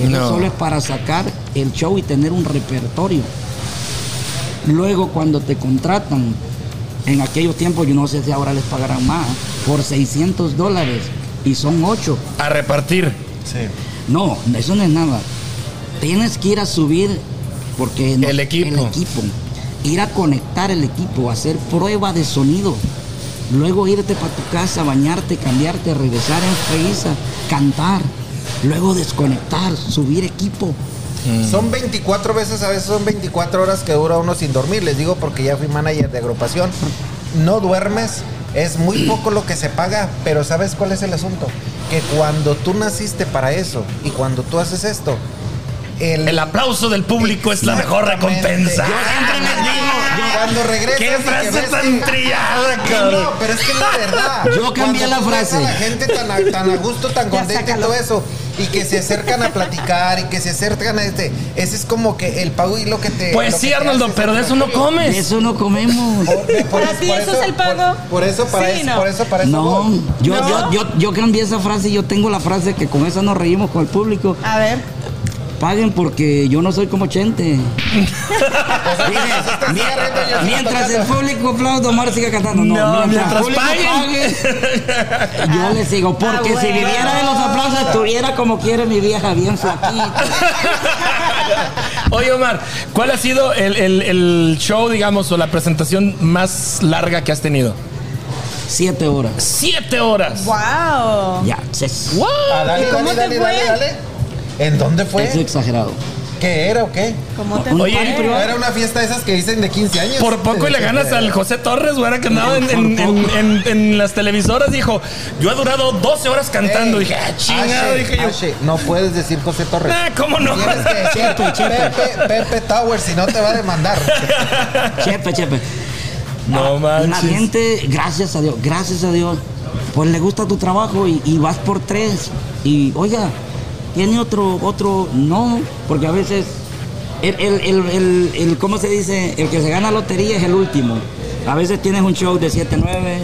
Eso No. solo es para sacar el show y tener un repertorio. Luego cuando te contratan, en aquellos tiempos, yo no sé si ahora les pagarán más, por 600 dólares y son ocho. A repartir. Sí. No, eso no es nada. Tienes que ir a subir porque no- El equipo. equipo. Ir a conectar el equipo, hacer prueba de sonido. Luego irte para tu casa, bañarte, cambiarte, regresar en frisa, cantar. luego desconectar, subir equipo. Mm. Son 24 veces, a veces son 24 horas que dura uno sin dormir. Les digo porque ya fui manager de agrupación. No duermes, es muy poco lo que se paga, pero ¿sabes cuál es el asunto? Que cuando tú naciste para eso y cuando tú haces esto, el, El aplauso del público es la mejor Exactamente. recompensa. Yo- Entren en vivo. Cuando regresas ¡Qué y que frase ves tan que- trillada, No, cabrón! pero es que es la <laughs> verdad. Yo cambié Cuando la tú ves frase. a La gente tan a, tan a gusto, tan Ya contenta y todo eso. Y que se acercan a platicar y que se acercan a este. Ese es como que el pago y lo que te. Pues eh, lo que sí, te Arnoldo, hace pero de eso no satisfactorio. De comes. eso no comemos. Por- por- Para ti eso es el pago. Por, por eso, para Sí, eso, no. por eso, para eso. No, voy. yo, ¿No? Yo, yo, yo cambié esa frase, yo tengo la frase que con esa nos reímos con el público. A ver. Paguen porque yo no soy como Chente. Estás agarrando y yo estoy Mientras el tocando. público aplaude, Omar sigue cantando. No, No, mientras, mientras el público pague, yo le sigo, porque Ah, si bueno. viviera de los aplausos, estuviera como quiere mi vieja, bien flaquita. <laughs> Oye, Omar, ¿cuál ha sido el, el- el show, digamos, o la presentación más larga que has tenido? Siete horas. ¡Siete horas! ¡Wow! Ya, se- ¡Wow! Ah, dale, ¿Y cómo dale, te dale, dale, fue? dale. ¿En dónde fue? es exagerado. ¿Qué era o qué? ¿Cómo te Un fue? party ¿O era una fiesta de esas que dicen de 15 años. Por poco y le ganas al José Torres, güey, ahora que andaba en, en- en- en- en las televisoras. Dijo, yo he durado 12 horas cantando. Ey, dije, ah, chingado. Ashe, Dije yo, Ashe, no puedes decir José Torres. "Nah, ¿cómo no? Tienes que decir Pepe, Pepe Tower, si no te va a demandar. Chepe, chepe. Ah, No manches. La gente, gracias a Dios, gracias a Dios, pues le gusta tu trabajo y, y vas por tres. Y oiga, tiene otro, otro, no, porque a veces, el, el, el, el- el- ¿cómo se dice? El que se gana lotería es el último. A veces tienes un show de 7 a 9,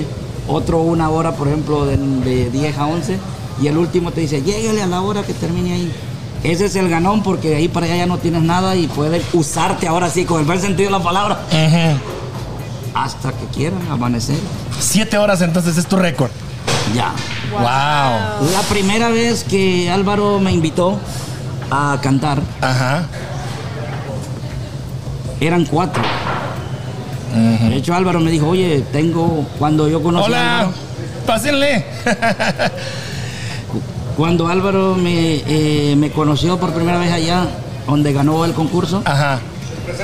otro una hora, por ejemplo, de, de 10 a 11, y el último te dice, llégale a la hora que termine ahí. Ese es el ganón porque de ahí para allá ya no tienes nada y puedes usarte ahora sí, con el buen sentido de la palabra, Ujú. hasta que quieran amanecer. Siete horas entonces es tu récord. Ya. Wow. La primera vez que Álvaro me invitó a cantar Ajá. eran cuatro. De hecho, Álvaro me dijo, oye, tengo, cuando yo conocí a Hola. Álvaro, Pásenle. cuando Álvaro me, eh, me conoció por primera vez allá, donde ganó el concurso. Ajá.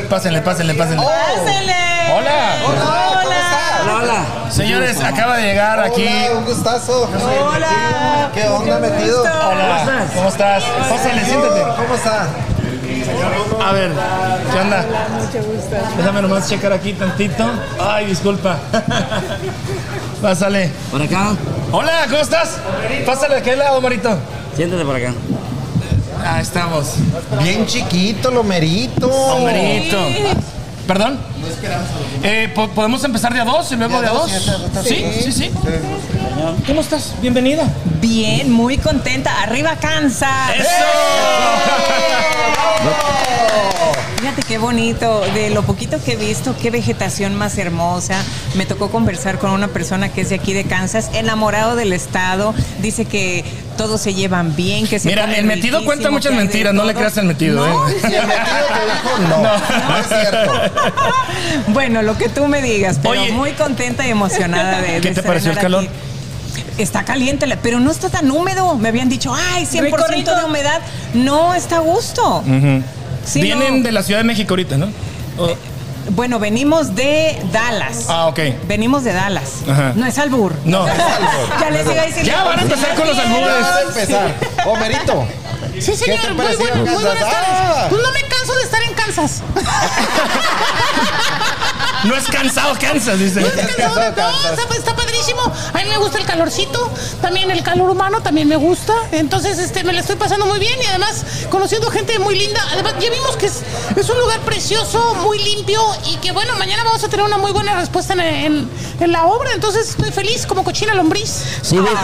Pásenle, pásenle, <laughs> pásenle. ¡Pásele! Hola. Hola, ¿cómo estás? Hola, hola. Señores, Hola. acaba de llegar aquí. Hola, un gustazo. Hola. ¿Qué onda, metido? Hola. ¿Cómo estás? Pásale, siéntate. ¿Cómo está? A ver, ¿qué onda? Déjame nomás checar aquí tantito. <laughs> Ay, disculpa. Pásale. Por acá, Hola, ¿cómo estás? Pásale, ¿de qué lado, Marito? siéntate por acá. Ah, estamos. Bien chiquito, lomerito. Homerito. ¿Perdón? Eh, po- ¿Podemos empezar de a dos y luego de a dos? Sí, sí, sí. ¿Cómo estás? Bienvenida. Bien, muy contenta. Arriba Kansas. Fíjate qué bonito, de lo poquito que he visto, qué vegetación más hermosa. Me tocó conversar con una persona que es de aquí de Kansas, enamorado del estado, dice que todos se llevan bien, que se Mira, come el metido riquísimo, cuenta muchas que hay de mentiras, no le todo. creas al metido, No, Y ¿eh? el metido te dijo no. No es cierto. Bueno, lo que tú me digas, pero Oye. muy contenta y emocionada de, de ¿Qué te estrenar pareció el calor? aquí. Está caliente, la- pero no está tan húmedo. Me habían dicho, ay, 100% de humedad. No, está a gusto. Sí, Vienen no. de la Ciudad de México ahorita, ¿no? O- Bueno, venimos de Dallas. Ah, ok. Venimos de Dallas. Ajá. No es albur. <laughs> No. ya les iba a decir. Ya van a empezar con los albures. Vamos a empezar. Homerito. Sí, señor. te Muy, pareció buen- muy Kansas? buenas Ah. tardes. Pues no me canso de estar en Kansas. <laughs> No es cansado, cansas, dice. No me has cansado de cansado de todo. Kansas? Está, está padrísimo. A mí me gusta el calorcito. También el calor humano también me gusta. Entonces, este, me la estoy pasando muy bien y además conociendo gente muy linda. Además, ya vimos que es, es un lugar precioso, muy limpio y que, bueno, mañana vamos a tener una muy buena respuesta en, en- en la obra. Entonces, estoy feliz como cochina lombriz. Si <laughs> viste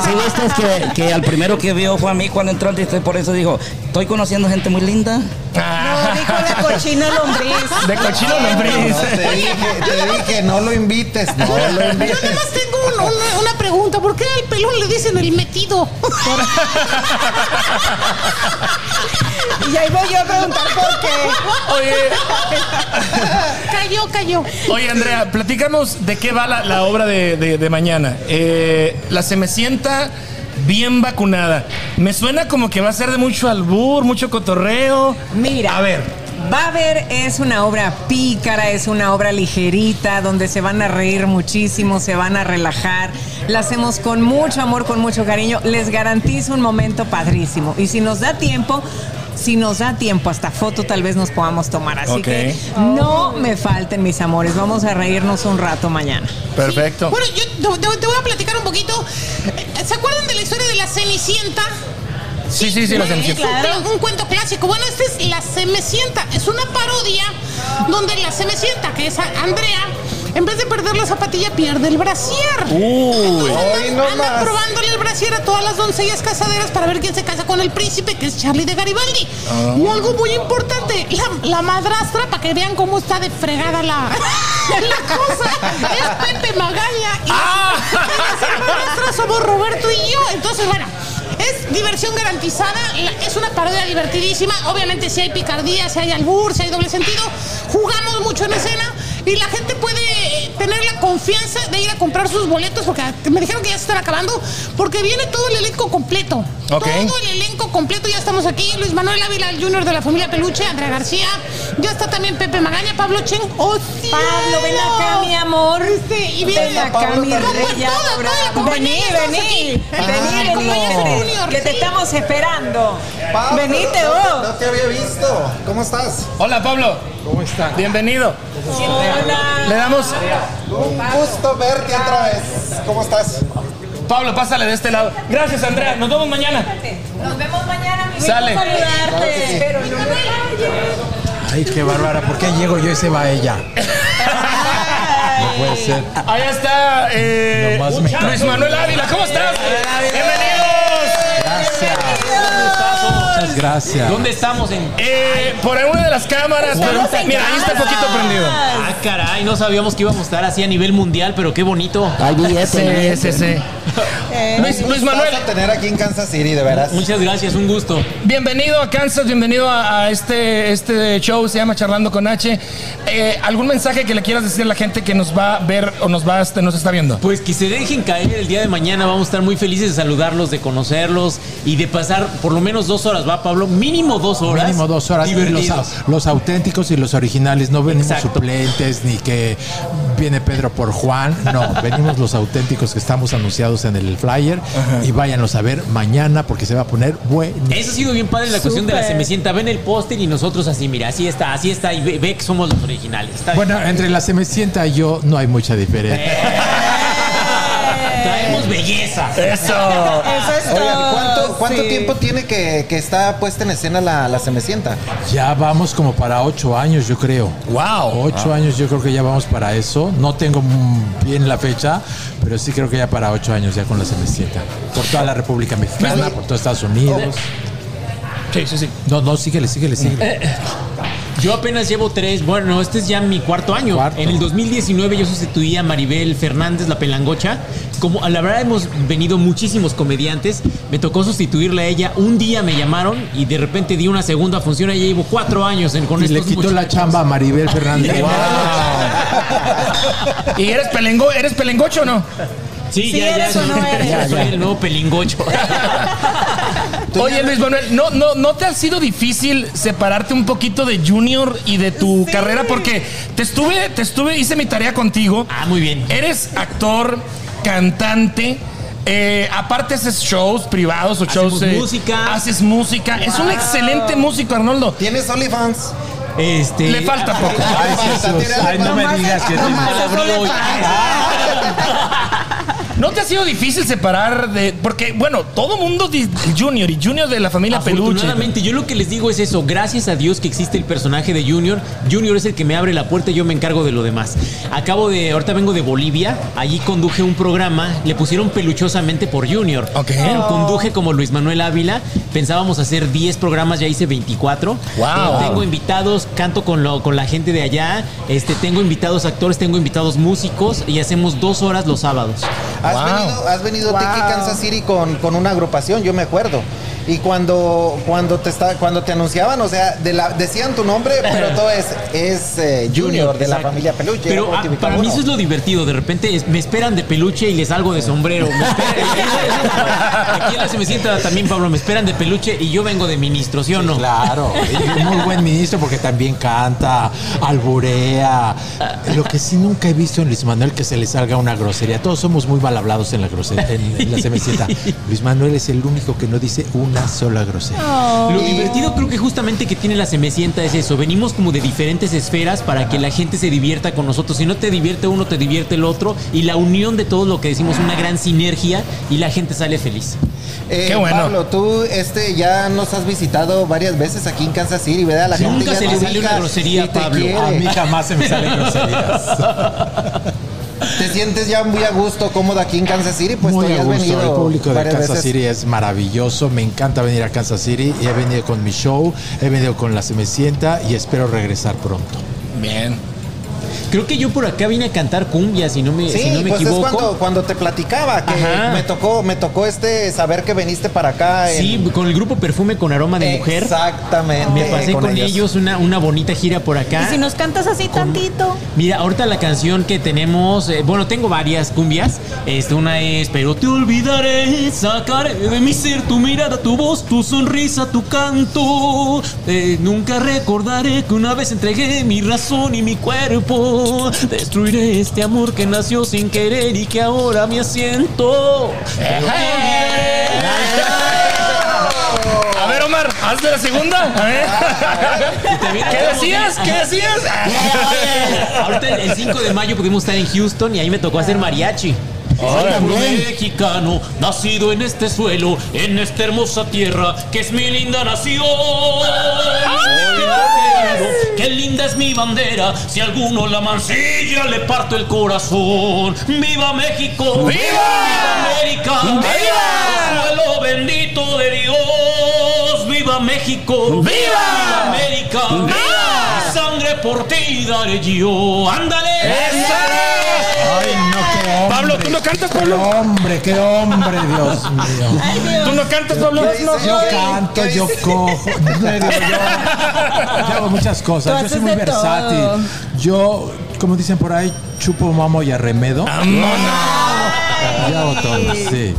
que, que al primero que vio fue a mí cuando entró, y por eso dijo, estoy conociendo gente muy linda. No, dijo la cochina <laughs> lombriz. De cochino No, lombriz. te dije, te dije, no lo invites, no lo Yo invites. nada más tengo un- una, una pregunta. ¿Por qué al pelón le dicen el metido? <laughs> Y ahí voy yo a preguntar por qué. <laughs> Oye, cayó, cayó. oye, Andrea, platícanos de qué va la, la obra de, de- de mañana. Eh, la Semesienta bien vacunada. Me suena como que va a ser de mucho albur, mucho cotorreo. Mira. A ver. Va a haber, es una obra pícara, es una obra ligerita, donde se van a reír muchísimo, se van a relajar. La hacemos con mucho amor, con mucho cariño. Les garantizo un momento padrísimo. Y si nos da tiempo, si nos da tiempo, hasta foto tal vez nos podamos tomar. Así Ok. que no me falten, mis amores. Vamos a reírnos un rato mañana. Perfecto. Bueno, yo te, te voy a platicar un poquito. Eh, ¿Se acuerdan de la historia de la Cenicienta? Sí, sí, sí, la Eh, Cenicienta. claro, Un cuento clásico. Bueno, este es La Cenicienta. Es una parodia donde la Cenicienta, que es a- Andrea, en vez de perder la zapatilla, pierde el brasier. Uy. Ay, Andan, no andan más. probándole el brasier a todas las doncellas casaderas para ver quién se casa con el príncipe, que es Charlie de Garibaldi. Ah. Y algo muy importante, la, la madrastra, para que vean cómo está de fregada la, <laughs> la cosa, es Pepe Magaña. Y Ah. las madrastras somos Roberto y yo. Entonces, bueno, es diversión garantizada, la- es una parodia divertidísima. Obviamente, si hay picardía, si hay albur, si hay doble sentido, jugamos mucho en escena y la gente puede eh, tener la confianza de ir a comprar sus boletos porque me dijeron que ya se están acabando porque viene todo el elenco completo. Ok. Todo el elenco completo, ya estamos aquí. Luis Manuel Ávila, el Junior de la familia Peluche, Andrea García, ya está también Pepe Magaña, Pablo Chen, oh, cielo! Pablo, ven acá, mi amor. Este, y viene Ven acá, mi No, rey, pues, ya toda, toda la adorado. compañía Vení, estamos vení. aquí. Vení, Ah, no. venite, que te Sí. estamos esperando. Pablo, Venite no, vos. No te había visto. ¿Cómo estás? Hola, Pablo. ¿Cómo estás? Bienvenido. Le Hola. damos. Un gusto verte otra vez. ¿Cómo estás? Pablo, pásale de este lado. Gracias, Andrea. Nos vemos mañana. Nos vemos mañana, mi Sale. gusto saludarte. Espero el lunes. Ay, qué bárbara, ¿por qué llego yo y se va ella? No puede ser. Allá está eh, Nomás me- Luis Manuel Ávila. ¿Cómo estás? Bienvenidos. Gracias. Muchas gracias. ¿Dónde estamos? En... Eh, por una de las cámaras. Estamos pero- en Mira, ahí está un casa. poquito prendido. Ah, caray, no sabíamos que íbamos a estar así a nivel mundial, pero qué bonito. Hay <laughs> billetes. Sí, sí, sí. Luis, Luis Manuel, Eh, Vas a tener aquí en Kansas City, de veras. Muchas gracias, un gusto. bienvenido a Kansas, bienvenido a, a este, este show, se llama Charlando con H. Eh, ¿Algún mensaje que le quieras decir a la gente que nos va a ver o nos va a, este, nos está viendo? Pues que se dejen caer el día de mañana, vamos a estar muy felices de saludarlos, de conocerlos y de pasar por lo menos dos horas, ¿va Pablo? Mínimo dos horas. Mínimo dos horas. y Los, Divertidos. los auténticos y los originales. No venimos Exacto. suplentes ni que viene Pedro por Juan. No, venimos los auténticos que estamos anunciados en el flyer. Y váyanlos a ver mañana porque se va a poner bueno. Eso ha sido bien padre la cuestión de la Semesienta. Ven el póster y nosotros así, mira, así está, así está, y ve, ve que somos los originales. Está bien. Bueno, entre la Semesienta y yo no hay mucha diferencia. Traemos belleza. Eso Eso. es Oigan, ¿cuánto, todo, cuánto sí. tiempo tiene que, que está puesta en escena la, la Cenicienta? Ya vamos como para ocho años, yo creo. Wow. Ocho años, yo creo que ya vamos para eso. No tengo mm, bien la fecha, pero sí creo que ya para ocho años, ya con la Semesienta. Por toda la República Mexicana, por todo Estados Unidos. Sí, sí, sí. No, no, síguele, síguele, síguele. Eh, Yo apenas llevo tres, bueno, este es ya mi cuarto año. Cuarto. En el 2019 yo sustituí a Maribel Fernández, la pelangocha. Como a la verdad hemos venido muchísimos comediantes, me tocó sustituirla a ella. Un día me llamaron y de repente di una segunda función. Ella llevo cuatro años en, con Y le estos quitó la muchachos. chamba a Maribel Fernández. ¿Y eres, pelengo, eres pelengocho o no? Sí, Sí, ya, ya, eres o no <laughs> ya, eres. ya, soy el nuevo pelingocho. Oye, Luis Manuel, ¿no, no, ¿no te ha sido difícil separarte un poquito de Junior y de tu carrera? Porque te estuve, te estuve, hice mi tarea contigo. Ah, muy bien. Eres actor, cantante. eh, aparte haces shows privados o Hacemos shows eh, música. haces música es un excelente músico Arnoldo ¿Tienes OnlyFans? Este, le falta poco Ay, Jesús. Ay, no me digas que Ah, mal abrido. <laughs> no te ha sido difícil separar de porque bueno todo mundo di- Junior y Junior de la familia Peluche Afortunadamente, yo lo que les digo es eso. Gracias a Dios que existe el personaje de Junior. Junior es el que me abre la puerta y yo me encargo de lo demás. Acabo de, ahorita vengo de Bolivia. Allí conduje un programa. Le pusieron peluchosamente por Junior. Ok. Oh. Lo conduje como Luis Manuel Ávila. Pensábamos hacer 10 programas, ya hice 24. Wow. tengo invitados, canto con, lo- con la gente de allá. Este, tengo invitados actores, tengo invitados músicos y hacemos dos horas los sábados. ¿Has Wow. venido, has venido a ti que Kansas City con, con una agrupación? Yo me acuerdo. Y cuando, cuando, te está, cuando te anunciaban, o sea, de la, decían tu nombre, pero todo es, es eh, Junior de la Eh. Exacto. familia Peluche. Pero era ah, Botibica para mí uno. eso es lo divertido. De repente es- me esperan de peluche y les salgo de sombrero. Me esperan- eso- eso- Aquí en la Cenicienta también, Pablo, me esperan de peluche y yo vengo de ministro, ¿sí o no? <laughs> Claro, y muy buen ministro porque también canta, alburea. Lo que sí nunca he visto en Luis Manuel que se le salga una grosería. Todos somos muy mal hablados en la grosería, en, en la <laughs> <laughs> semicita. Luis Manuel es el único que no dice una sola grosería. Lo divertido creo que justamente que tiene la Semecienta es eso. Venimos como de diferentes esferas para que la gente se divierta con nosotros. Si no te divierte uno, te divierte el otro. Y la unión de todo lo que decimos, una gran sinergia y la gente sale feliz. Eh, Qué bueno. Pablo, tú este, ya nos has visitado varias veces aquí en Kansas City, ¿verdad? La Sí, gente nunca ya se te le sale una ubica grosería y a te Pablo. quiere. A mí jamás se me <laughs> salen groserías. Te sientes ya muy a gusto, cómodo aquí en Kansas City, pues Muy tú ya a has gusto. venido El público de varias Kansas veces. City es maravilloso. Me encanta venir a Kansas City. He venido con mi show, he venido con la Semecienta y espero regresar pronto. Bien. Creo que yo por acá vine a cantar cumbia, si no me, Sí, si no me pues equivoco. es cuando, cuando te platicaba que Ajá. me tocó, me tocó este saber que viniste para acá. en- Sí, con el grupo Perfume con Aroma de Mujer. Exactamente. Me pasé con, ellos, una, una bonita gira por acá. Y si nos cantas así tantito. Mira, ahorita la canción que tenemos, eh, bueno, tengo varias cumbias. Este, una es, pero te olvidaré, sacaré de mi ser tu mirada, tu voz, tu sonrisa, tu canto. Eh, nunca recordaré que una vez entregué mi razón y mi cuerpo. Destruiré este amor que nació sin querer y que ahora me asiento. Pero te A ver, Omar, hazle la segunda. <laughs> A ver. olvidaré. ¿Qué decías? <laughs> ¿Qué decías? <laughs> Ahorita el- el 5 de mayo pudimos estar en Houston y ahí me tocó hacer mariachi. Soy un mexicano, nacido en este suelo, en esta hermosa tierra, que es mi linda nación. Soy vaquero, Qué linda es mi bandera, si alguno la mancilla le parto el corazón. ¡Viva México! ¡Viva! América! ¡Viva! ¡Suelo bendito de Dios! ¡Viva México! ¡Viva! América! ¡Viva! Mi Sangre por ti daré yo. ¡Ándale! Ay, no, qué hombre. Pablo, ¿tú no cantas, Qué Pablo? hombre, qué hombre, Dios mío. Ay, Dios. ¿Tú no cantas, Pablo? Yo canto, yo cojo, no, digo, yo, yo hago muchas cosas, yo soy haces muy de versátil. todo. Yo, como dicen por ahí, chupo mamo y arremedo. Yo hago todo, sí.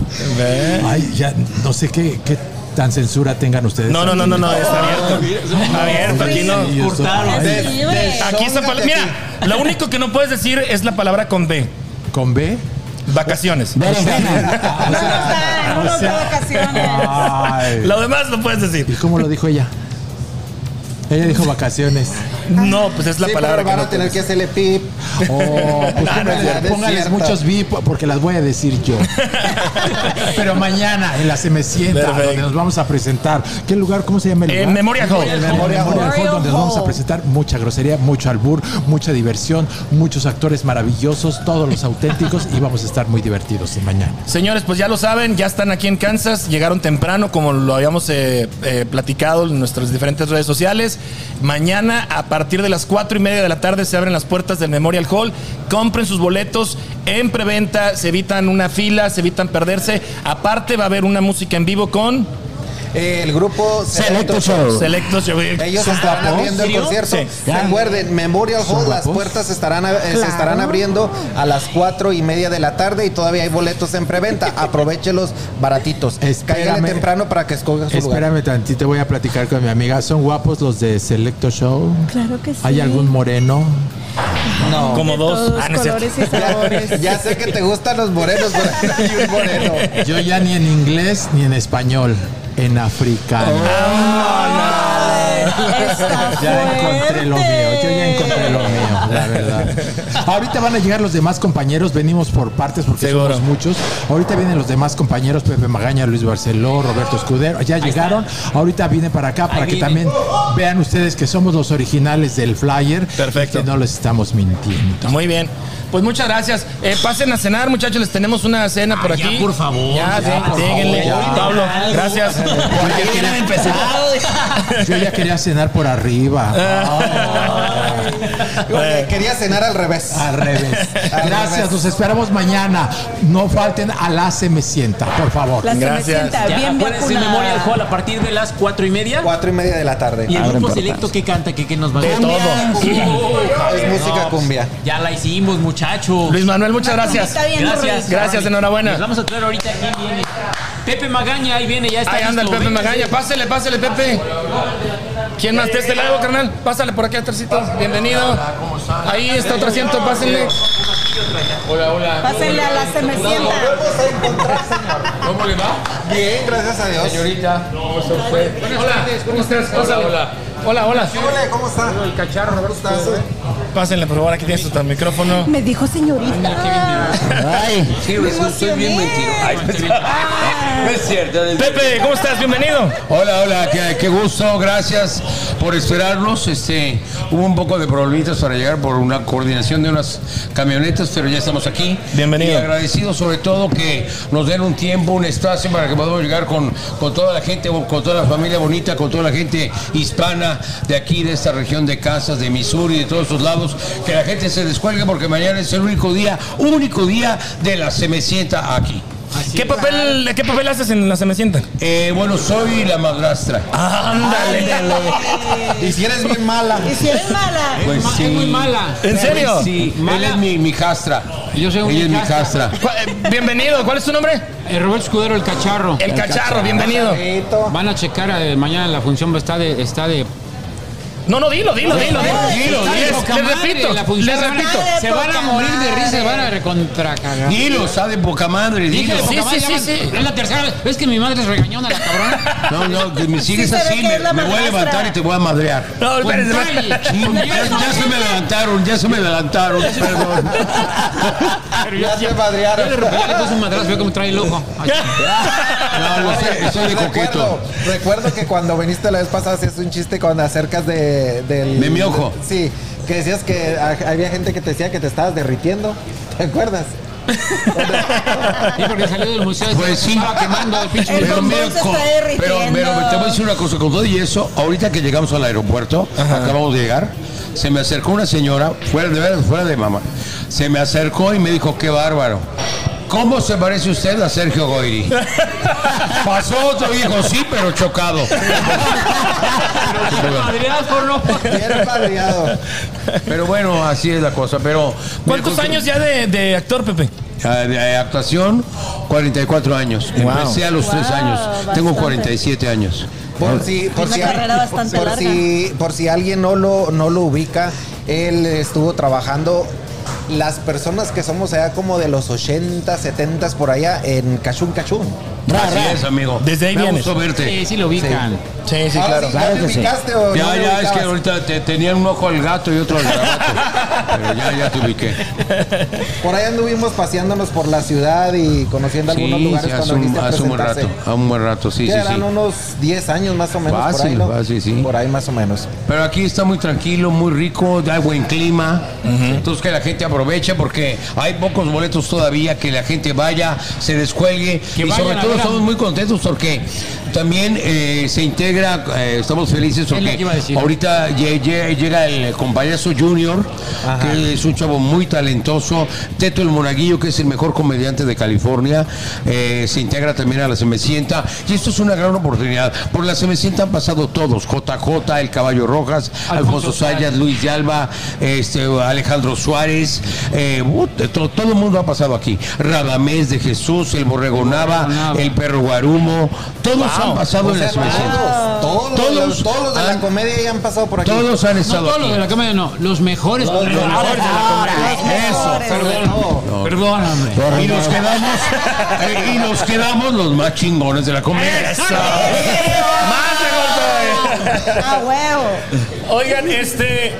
Ay, ya no sé qué, qué tan censura tengan ustedes. No, no, no, no, no, Ah, está abierto. Está abierto, aquí no. Sí, yo estoy- cortaron. ay, Libre. Aquí está pal- Mira, lo único que no puedes decir es la palabra con B. Con B. Vacaciones. <laughs> O sea, Ay, unos de vacaciones. Ah, ay. Lo demás no puedes ¿Y decir. cómo lo dijo ella? Ella dijo vacaciones. No, pues es la Sí, palabra pero que van no a tener puedes. que hacerle <laughs> pip. Oh, <laughs> pues Ah, no, póngales- ya, no es póngales cierto. muchos VIP porque las voy a decir <laughs> yo. Pero mañana en la Semecienta, Perfecto. donde nos vamos a presentar. ¿Qué lugar? ¿Cómo se llama el Eh, lugar? Memorial Hall. El Memorial Hall, Memorial donde nos vamos a Hall. presentar mucha grosería, mucho albur, mucha diversión, muchos actores maravillosos, todos los auténticos y vamos a estar muy divertidos mañana. Señores, pues ya lo saben, ya están aquí en Kansas, llegaron temprano, como lo habíamos eh, eh, platicado en nuestras diferentes redes sociales. Mañana, a partir de las cuatro y media de la tarde, se abren las puertas del Memorial Hall. Compren sus boletos en preventa, se evitan una fila, se evitan perderse. Aparte, va a haber una música en vivo con El grupo Selecto Show. Selectos. Ellos ¿Son estarán guapos? abriendo el ¿Serio? concierto. Sí. Recuerden, Memorial Hall, ¿Son las guapos? puertas estarán, eh, se estarán Claro. abriendo a las cuatro y media de la tarde y todavía hay boletos en <laughs> preventa. Aprovechelos baratitos. Cáigale Espérame. temprano para que escogas su lugar. Espérame tantito, voy a platicar con mi amiga. ¿Son guapos los de Selecto Show? Claro que sí. ¿Hay algún moreno? No. Como De dos. todos Ah, no es cierto. colores y sabores. <laughs> Ya sé que te gustan los morenos, pero <laughs> hay un <laughs> moreno. Yo ya ni en inglés ni en español, en africano. Oh. Está <laughs> Ya encontré lo mío, yo ya encontré lo mío, la verdad. Ahorita van a llegar los demás compañeros, venimos por partes porque Seguro. somos muchos. Ahorita vienen los demás compañeros, Pepe Magaña, Luis Barceló, Roberto Escudero, ya llegaron. Ahorita vienen para acá para que vienen. también vean ustedes que somos los originales del flyer. Perfecto. Y que no les estamos <laughs> mintiendo. Muy bien. Pues muchas gracias. Eh, pasen a cenar, muchachos. Les tenemos una cena por Ah, ya, aquí. por favor, Ya, ya, sí, por síguenle. favor, ya. Pablo, Algo. gracias. Ya hubiera empezado. Yo ya quería cenar por arriba. Eh. Oye, quería cenar al revés. Al revés. <laughs> Al Gracias, revés. nos esperamos mañana. No falten a la se me sienta, por favor. La Gracias. Cenicienta, Ya, bien acuérdense, Memorial vacunada. Hall a partir de las cuatro y media. Cuatro y media de la tarde. Y el Abren grupo puertas. selecto que canta, que, que nos va a De todo. Es música cumbia. Ya la hicimos, muchachos. Luis Manuel, muchas gracias. Ah, Está bien, Gracias. Gracias, Ronnie. enhorabuena. Les vamos a traer ahorita. Ahí viene. Pepe Magaña, ahí viene, ya está. Ahí anda el listo. Pepe Venga. Magaña. Pásele, pásele, Pepe. ¿Quién más? De este lado, carnal. Pásale por aquí atrásito. Bienvenido. Ahí está otro asiento, pásenle. Pásenle a la semecienta. Vamos a encontrar, señor. ¿Cómo le va? Bien, gracias a Dios. Señorita, ¿cómo está usted? Hola, ¿cómo estás? Pásale. hola. Hola, hola. Hola, ¿cómo está? El cacharro, ¿cómo está? Pásenle, por favor, aquí tienes tu micrófono. Me dijo señorita. Ah. Ay, Sí, resultó bien mentiroso. Ah. No es cierto. Pepe, ¿cómo estás? Bienvenido. Hola, hola, qué, qué gusto, gracias por esperarnos. Este, hubo un poco de problemitas para llegar por una coordinación de unas camionetas, pero ya estamos aquí. Bienvenido. Y agradecido sobre todo que nos den un tiempo, un espacio para que podamos llegar con, con toda la gente, con toda la familia bonita, con toda la gente hispana de aquí, de esta región de Kansas, de Missouri, de todos sus lados, que la gente se descuelgue porque mañana es el único día, único día de la semecienta aquí. ¿Qué papel, ¿Qué papel haces en la Semecienta? Eh, bueno, soy la madrastra. Y si eres bien mala. Y si eres mala, Pues Ma- sí. Es muy mala. Pues ¿En serio? Sí, Mala. él es mi, mi castra. Yo soy un Ella es mi castra. castra. ¿Cuál- eh, Bienvenido, ¿cuál es tu nombre? Eh, Roberto Escudero, el cacharro. El Cacharro, bienvenido. Bonito. Van a checar eh, mañana la función va- está de está de No, no, dilo, dilo, dilo, dilo. dilo. Está de Les, poca les madre, repito, la función les van a- repito. Se van a morir de risa, se van a recontracagar. Dilo, sabe poca madre, Dije dilo. de poca madre, ya van- Es la tercera vez. Es que mi madre es regañona la cabrona. No, no, que me sigues se ve así, que me, es la me voy a madrastra. levantar y te voy a madrear. No, espérense, Con espérense. tal- Sí, con ya, tal- ya se me levantaron, ya se me <laughs> levantaron, perdón. Ya te Ya le madrearon. rompí, ya le puse un madrazo, veo cómo trae el <laughs> ojo. Ay, No, lo sé, soy de Recuerdo, coqueto. recuerdo que cuando viniste la vez pasada hacías un chiste cuando acercas de, del... De mi ojo. sí, que decías que a- había gente que te decía que te estabas derritiendo. ¿Te acuerdas? Sí, porque salió del museo y Pues se sí. estaba quemando el pinche El Pero, museo. bombón mira, se co- está pero, pero, derritiendo. te voy a decir una cosa, con todo y eso, ahorita que llegamos al aeropuerto, acabamos de llegar, se me acercó una señora, fuera de veras, fuera de mamá, se me acercó y me dijo, qué bárbaro. ¿Cómo se parece usted a Sergio <laughs> Goyri? Pasó otro y dijo, sí, pero chocado. <laughs> Madreadas por no. Bien madreado. Pero bueno, así es la cosa. Pero ¿Cuántos años ya de, de actor, Pepe? Ah, de- de actuación, 44 años. Empecé a los 3 años. Tengo 47 años. Por si, por Una si, carrera bastante por larga. si, por si alguien no lo, no lo ubica, él estuvo trabajando. Las personas que somos allá como de los 80, 70 por allá en Cachún Cachún. Así es, amigo. Desde ahí Me da vienes. gusto verte. Ah, Sí, sí lo ubican. Sí, sí, Ahora Ah, sí, ¿ya claro que te sí. ubicaste o no Ya, te ya, es que ubicabas? ahorita te tenía un ojo al gato y otro al <laughs> gato. Pero ya, ya te ubiqué. Por ahí anduvimos paseándonos por la ciudad y conociendo Sí, algunos lugares sí, hace cuando un, viniste a hace un buen presentarse. rato. A un buen rato, sí, Que sí, sí. eran unos 10 años más o menos por ahí, Fácil, ¿no? fácil, sí. Por ahí más o menos. Pero aquí está muy tranquilo, muy rico, da buen clima. Entonces que la gente aproveche porque hay pocos boletos todavía, que la gente vaya, se descuelgue. Que y vayan sobre a todo ver a- estamos muy contentos porque también eh, se integra, eh, estamos felices lo porque que iba a decir. ahorita lle- lle- llega el compañazo Junior, que es un chavo muy talentoso. Teto el Monaguillo, que es el mejor comediante de California, eh, se integra también a la Semecienta. Y esto es una gran oportunidad. Por la Semecienta han pasado todos: JJ, El Caballo Rojas, Alfonso, Alfonso Sayas, Luis de Alba, este, Alejandro Suárez. eh, uh, to- todo el mundo ha pasado aquí. Radamés de Jesús, El Borrego Nava, Nava. El Perro Guarumo. Todos han pasado en la O sea, Semecienta. todos, todos, Todos los- todos los de la han- comedia ya han pasado por aquí. Todos han No estado todos los aquí. de la cámara, no. Los mejores. Eso, perdón. Perdóname. Y nos quedamos, eh, y nos quedamos los más chingones de la comedia. Más de golpe. a huevo. Oigan, este.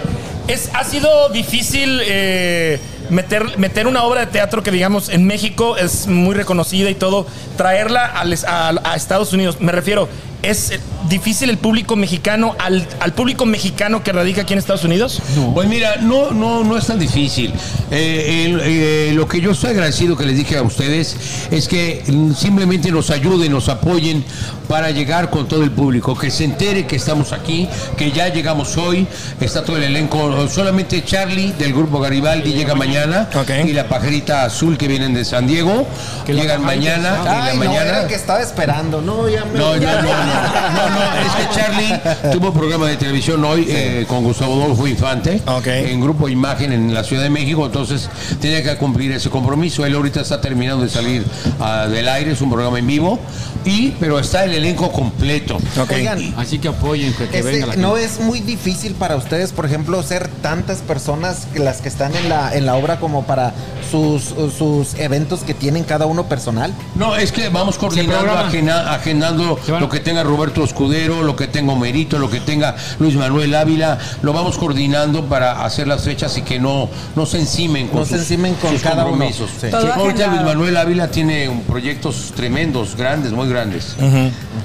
Es, ha sido difícil eh, meter, meter una obra de teatro que, digamos, en México es muy reconocida y todo, traerla al es- a, a Estados Unidos. Me refiero, ¿Es eh, difícil el público mexicano al, al público mexicano que radica aquí en Estados Unidos? Pues mira, no, no, no es tan difícil. Eh, el- eh, lo que yo estoy agradecido que les dije a ustedes es que mm, simplemente nos ayuden, nos apoyen para llegar con todo el público, que se entere que estamos aquí, que ya llegamos hoy, está todo el elenco, solamente Charlie del grupo Garibaldi llega mañana y la pajarita azul que vienen de San Diego llegan mañana, Ay, llegan no, mañana. era el que estaba esperando. No, ya me... No, no, no, ya- no, no, no, es <laughs> que Charlie tuvo un programa de televisión hoy eh, con Gustavo Adolfo Infante en Grupo Imagen en la Ciudad de México, entonces tenía que cumplir ese compromiso. Él ahorita está terminando de salir ah, del aire, es un programa en vivo, y pero está el elenco completo. Oigan, Así que apoyen, que, Este, no es muy difícil para ustedes, por ejemplo, ser tantas personas que las que están en la en la obra como para sus sus eventos que tienen cada uno <laughs> personal. No, es que vamos coordinando, programa. agena- agendando lo que tenga Roberto Escudero, lo que tenga Merito, lo que tenga Luis Manuel Ávila, lo vamos coordinando para hacer las fechas y que no, no se encimen con No se sus, encimen con sus cada uno. compromisos. Sí. Ahorita Todo Luis agendado. Manuel Ávila tiene un- proyectos tremendos, grandes, muy grandes.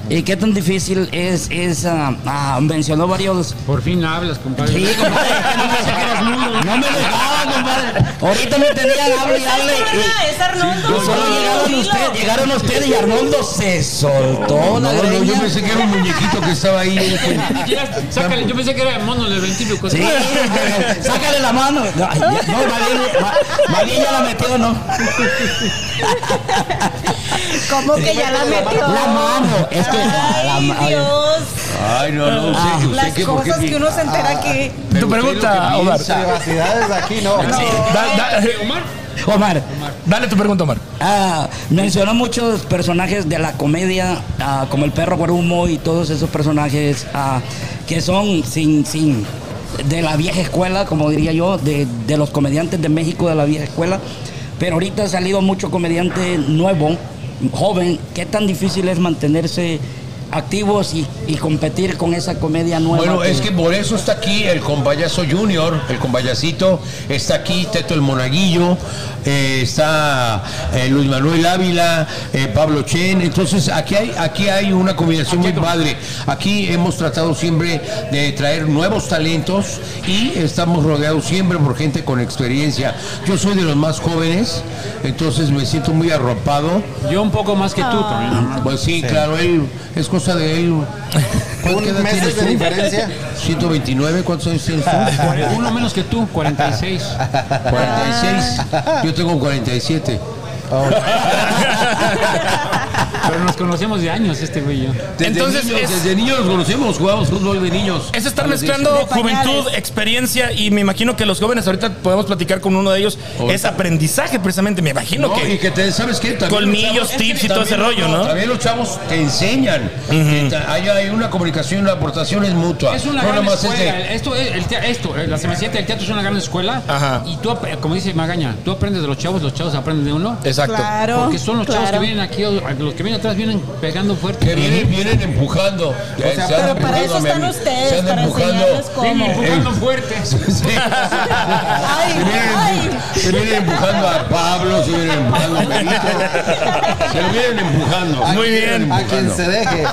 ¿Y qué tan difícil es, es ah, ah, mencionó varios... Por fin hablas, compadre. Sí, compadre, es que no me sacas mundo. No me dejaba, compadre. Ahorita me tenían habla <laughs> y hable. y- Es Arnoldo. y solo llegaron ustedes, llegaron ustedes y Arnoldo se soltó la No, no, greña. yo pensé que era un muñequito que <laughs> estaba ahí. dije, Llegaste, Sácale, yo pensé que era el mono del ventríloco. <laughs> Sí, pero sácale la mano. No, ay, ya- no más bien, ma- más bien ya la metió, ¿no? ¿Cómo que ya la metió? La mano, es que... la ma- Ay, Dios. Ay, no, no, Ah. usted, usted Las qué- por qué cosas que pi- uno se entera que. Tu pregunta, Omar. Privacidades aquí no. Sí. Da- da- Omar. Dale tu pregunta, Omar. Ah, mencionó muchos personajes de la comedia, ah, como el perro Guarumo y todos esos personajes ah, que son sin, sin de la vieja escuela, como diría yo, de, de los comediantes de México de la vieja escuela. Pero ahorita ha salido mucho comediante nuevo, joven. ¿Qué tan difícil es mantenerse activos y, y competir con esa comedia nueva? Bueno, es que por eso está aquí el compayazo Junior, el compayacito, está aquí Teto el Monaguillo, eh, está eh, Luis Manuel Ávila, eh, Pablo Chen, entonces aquí hay, aquí hay una combinación muy padre. Aquí hemos tratado siempre de traer nuevos talentos y estamos rodeados siempre por gente con experiencia. Yo soy de los más jóvenes, entonces me siento muy arropado. Yo un poco más que tú también. Pues sí, claro, él es cosa de él. Un ¿Qué edad mes tienes de tú? diferencia. 129, ¿cuántos años tienes tú? Uno menos que tú, <laughs> 46. 46. <laughs> Yo tengo 47. Oh. <laughs> Pero nos conocemos de años, este güey y yo. Desde Entonces, niños, es- desde niños nos conocemos, jugamos fútbol de niños. Es estar A los mezclando 18. juventud, experiencia y me imagino que los jóvenes ahorita podemos platicar con uno de ellos. Es aprendizaje precisamente, me imagino No, que. y que te, ¿sabes qué? También Colmillos, los tips y todo ese también- rollo, ¿no? También los chavos te enseñan. Que ta- hay, hay una comunicación, una aportación es mutua. Es una No gran nada más es de- escuela. Esto, es- el te- esto, eh, la semilleta del teatro es una gran escuela. Y tú, ap- como dice Magaña, tú aprendes de los chavos, los chavos aprenden de uno. Exacto. Claro. Porque son los chavos que claro. vienen aquí, o- los que vienen atrás vienen pegando fuerte. que vienen, vienen empujando. Eh, sea, se andan pero para eso empujando a mi están amigo. ustedes, Se andan para empujando. enseñarles cómo. Vienen empujando fuerte. Sí. <laughs> Ay, Se vienen, ay. se vienen empujando a Pablo, se vienen empujando a Benito. Se lo vienen empujando. Muy Se vienen bien. A quien empujando. se deje.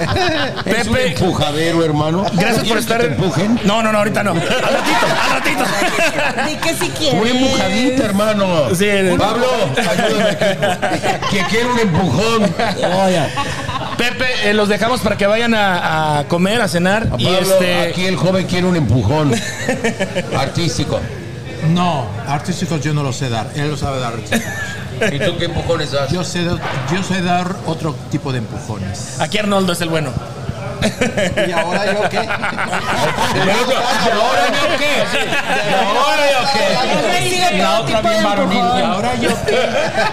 Es un Pepe. empujadero, hermano. Gracias por ¿Quieres que estar. te empujen? No, no, no, ahorita no. Al ratito, al ratito. Di que si Una empujadita, quieres. hermano. Sí, Pablo, ayúdame. aquí. Que quiero un empujón. Oye, Pepe, eh, los dejamos para que vayan a, a comer, a cenar. y Pablo, este. aquí el joven quiere un empujón artístico. No, artísticos yo no lo sé dar. Él lo sabe dar. <laughs> ¿Y tú qué empujones das? Yo sé, yo sé dar otro tipo de empujones. Aquí Arnoldo es el bueno. ¿Y ahora yo qué? ¿Y ahora yo qué? ¿Y ahora yo qué? Y la otra bien varonil. Ahora yo.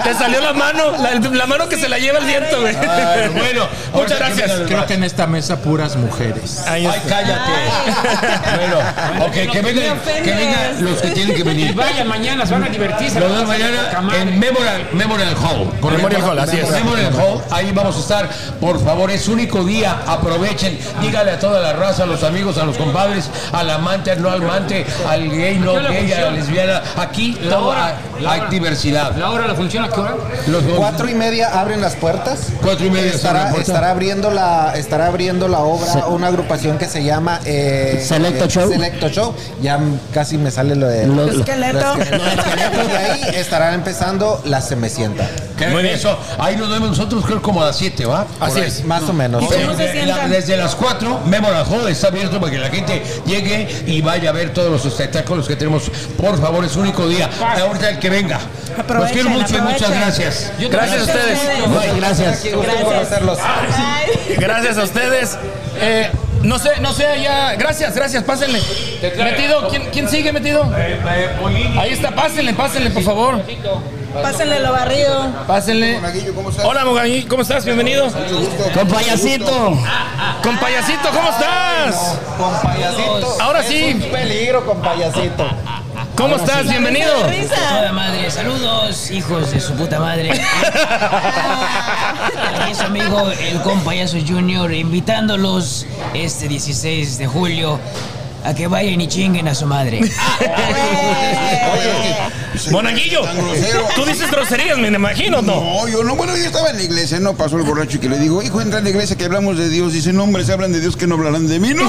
Te salió la mano, la, la mano que se la lleva el viento, güey. Ay, bueno, Muchas ahorita gracias. que vengan Creo los- que en esta mesa puras mujeres. Ahí Ay, está. cállate. <laughs> Bueno, ok, que vengan, que vengan los que tienen que Y venir. vaya, mañana se van a divertir. se Lo van de a hacer mañana camarón. en Memorial, Memorial Hall. ¿correcto? Memorial Hall, así es. Memorial Hall, ahí vamos a estar. Por favor, es único día, aprovechen. Dígale a toda la raza, a los amigos, a los compadres, al amante, al no amante, al gay, no Aquí gay, la a la función. lesbiana. Aquí, La todo, hora. a- hay diversidad. ¿La hora, la función, a qué hora? Los dos. Cuatro y media abren las puertas. Cuatro y media se abre estará, la puerta. estará abriendo la estará abriendo la obra una agrupación que se llama eh, Selecto eh, Show. Selecto Show. Ya m- casi me sale lo de Lo- lo- Esqueleto. lo esqueleto. Y ahí estará empezando la se me sienta. Creo que Eso, ahí nos vemos nosotros, creo como a las 7, ¿va? Por Así ahí. es, más o menos. ¿Y cómo se Desde, la- sientan? desde las 4, Memo la Joda está abierto para que la gente llegue y vaya a ver todos los espectáculos que tenemos. Por favor, es único día. Ahorita el que venga. Los Aprovechen, quiero mucho y muchas aprovechen. gracias. Yo te- Gracias a ustedes. Muchas gracias. conocerlos. Gracias a ustedes. Eh, no sé, no sé, ya. Gracias, gracias, pásenle. Metido, ¿quién, quién sigue metido? Ahí está, pásenle, pásenle, por favor. Pásenle lo barrido. Pásenle. Hola, Mogañí, ¿cómo estás? Bienvenido. Con payasito. Con payasito, ¿cómo estás? Con payasito. Ahora Es sí. un peligro con payasito. ¿Cómo estás? Bienvenido. Toda madre, saludos, hijos de su puta <laughs> madre. Aquí es su amigo el compayaso Junior, invitándolos este 16 de julio a que vayan y chinguen a su <laughs> madre. Monaguillo, grosero. tú dices groserías, me imagino, ¿no? No, yo no, bueno, yo estaba en la iglesia, no pasó el borracho que le digo, hijo, entra en la iglesia que hablamos de Dios. Dice, no, hombre, se hablan de Dios que no hablarán de mí, ¿no?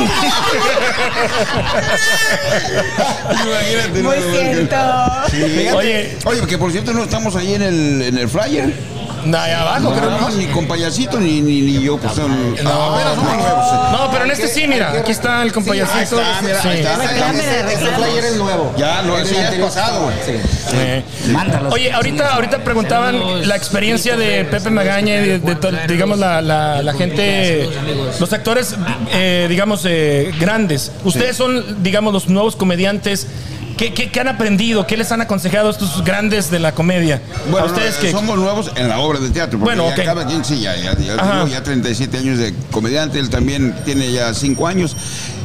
Muy Imagínate, no, cierto. porque- Sí. Oye. Oye, que por cierto no estamos ahí en el, en el flyer. No, allá abajo, No, creo. no, ni con payasito ni, ni, ni yo, pues son. No, apenas somos nuevos. No, pero en este sí, mira, aquí está el compayasito. Ah, mira, Sí. ahí está, ahí está. Ese flyer es nuevo. Ya, no, El ese ya es anterior pasado. estaba- sí. Eh. Mándalos. Oye, ahorita, ahorita preguntaban la experiencia de Pepe Magaña y de, de to- digamos, la, la- la gente, los actores, eh, digamos, eh, grandes. Ustedes son, digamos, los nuevos comediantes. ¿Qué, qué, qué han aprendido? ¿Qué les han aconsejado estos grandes de la comedia? Bueno, a ustedes no, que... somos nuevos en la obra de teatro. Porque Bueno, ya ok. cada quien, sí, ya, ya, ya, Ajá. digo, ya 37 años de comediante, él también tiene ya 5 años.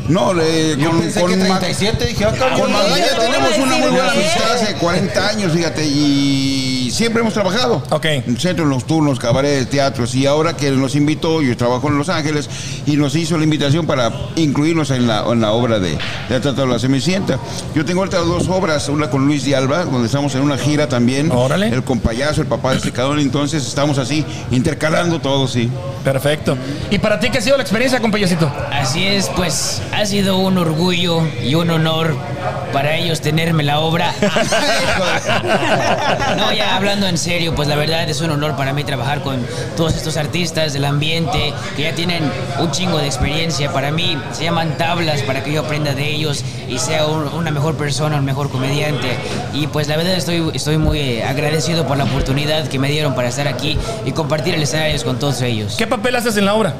No, eh, con, Pensé con que Ma- 37 dije, ah, cabrón, con yo Magaña no voy a tenemos una decir muy buena nada. amistad hace 40 años, fíjate, y siempre hemos trabajado. Ok. En centros nocturnos, cabarets, teatros, y ahora que nos invitó, yo trabajo en Los Ángeles, y nos hizo la invitación para incluirnos en la, en la obra de de Tratado de la Cenicienta. Yo tengo otras dos obras, una con Luis de Alba, donde estamos en una gira también. Órale. El compayazo, el papá del secador, entonces estamos así, intercalando todo, sí. Perfecto. ¿Y para ti qué ha sido la experiencia, compañercito? Así es, pues ha sido un orgullo y un honor para ellos tenerme la <laughs> obra. No, ya hablando en serio, pues la verdad es un honor para mí trabajar con todos estos artistas del ambiente que ya tienen un chingo de experiencia. Para mí se llaman tablas para que yo aprenda de ellos y sea un- una mejor persona, un mejor comediante. Y pues la verdad estoy, estoy muy eh, agradecido por la oportunidad que me dieron para estar aquí y compartir el escenario con todos ellos. ¿Qué papel haces en la obra?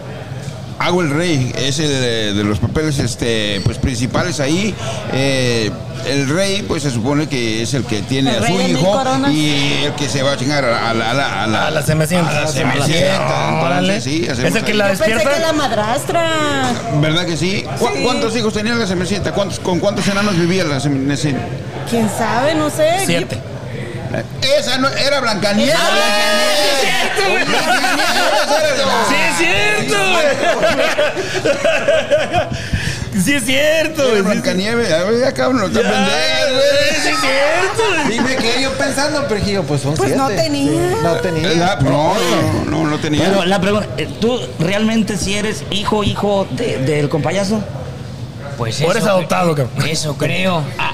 Hago el rey, es el de, de los papeles este, pues, principales ahí. Eh, el rey, pues se supone que es el que tiene El a rey su de mil hijo coronas. y el que se va a chingar a la a la- a la- a la- A la Cenicienta. A la Cenicienta, entonces, Órale. sí, ¿Es hacemos el que ahí. la Yo pensé despierta? que la madrastra. ¿Verdad que sí? ¿Cu- Sí. ¿Cuántos hijos tenía la Cenicienta? ¿Cuántos- ¿Con cuántos enanos vivía la Este Cenicienta? Quién sabe, no sé. Siete. Esa no era Blancanieves. <laughs> ¡Sí es cierto! güey! ¡Sí es cierto! Era güey! ¡Sí es- Blancanieves, a ver, ya, cabrón, está Ay, pendejo, güey, ¡Sí es cierto! güey! Dime que yo pensando, Pergillo, pues son Pues no siete. tenía. Sí, No tenía. Eh, ah, No, no, no, no tenía. Pero la pregunta, eh, ¿tú realmente si eres hijo, hijo de- del compayazo? Pues O eres adoptado, cabrón. Eso creo. Ah,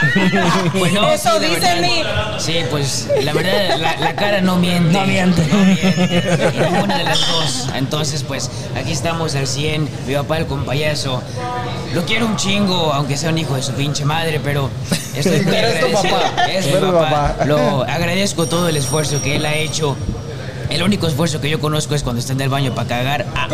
<laughs> Pues no, Eso de dice verdad. mí. Sí, pues la verdad, la, la cara no miente. No miente. No miente. Ninguna de las dos. Entonces, pues aquí estamos al 100. Mi papá, el compayazo. Lo quiero un chingo, aunque sea un hijo de su pinche madre, pero estoy muy <laughs> Pero es tu agradecido. papá. Es mi Pero papá. papá. Lo agradezco todo el esfuerzo que él ha hecho. El único esfuerzo que yo conozco es cuando está en el baño para cagar. Ah,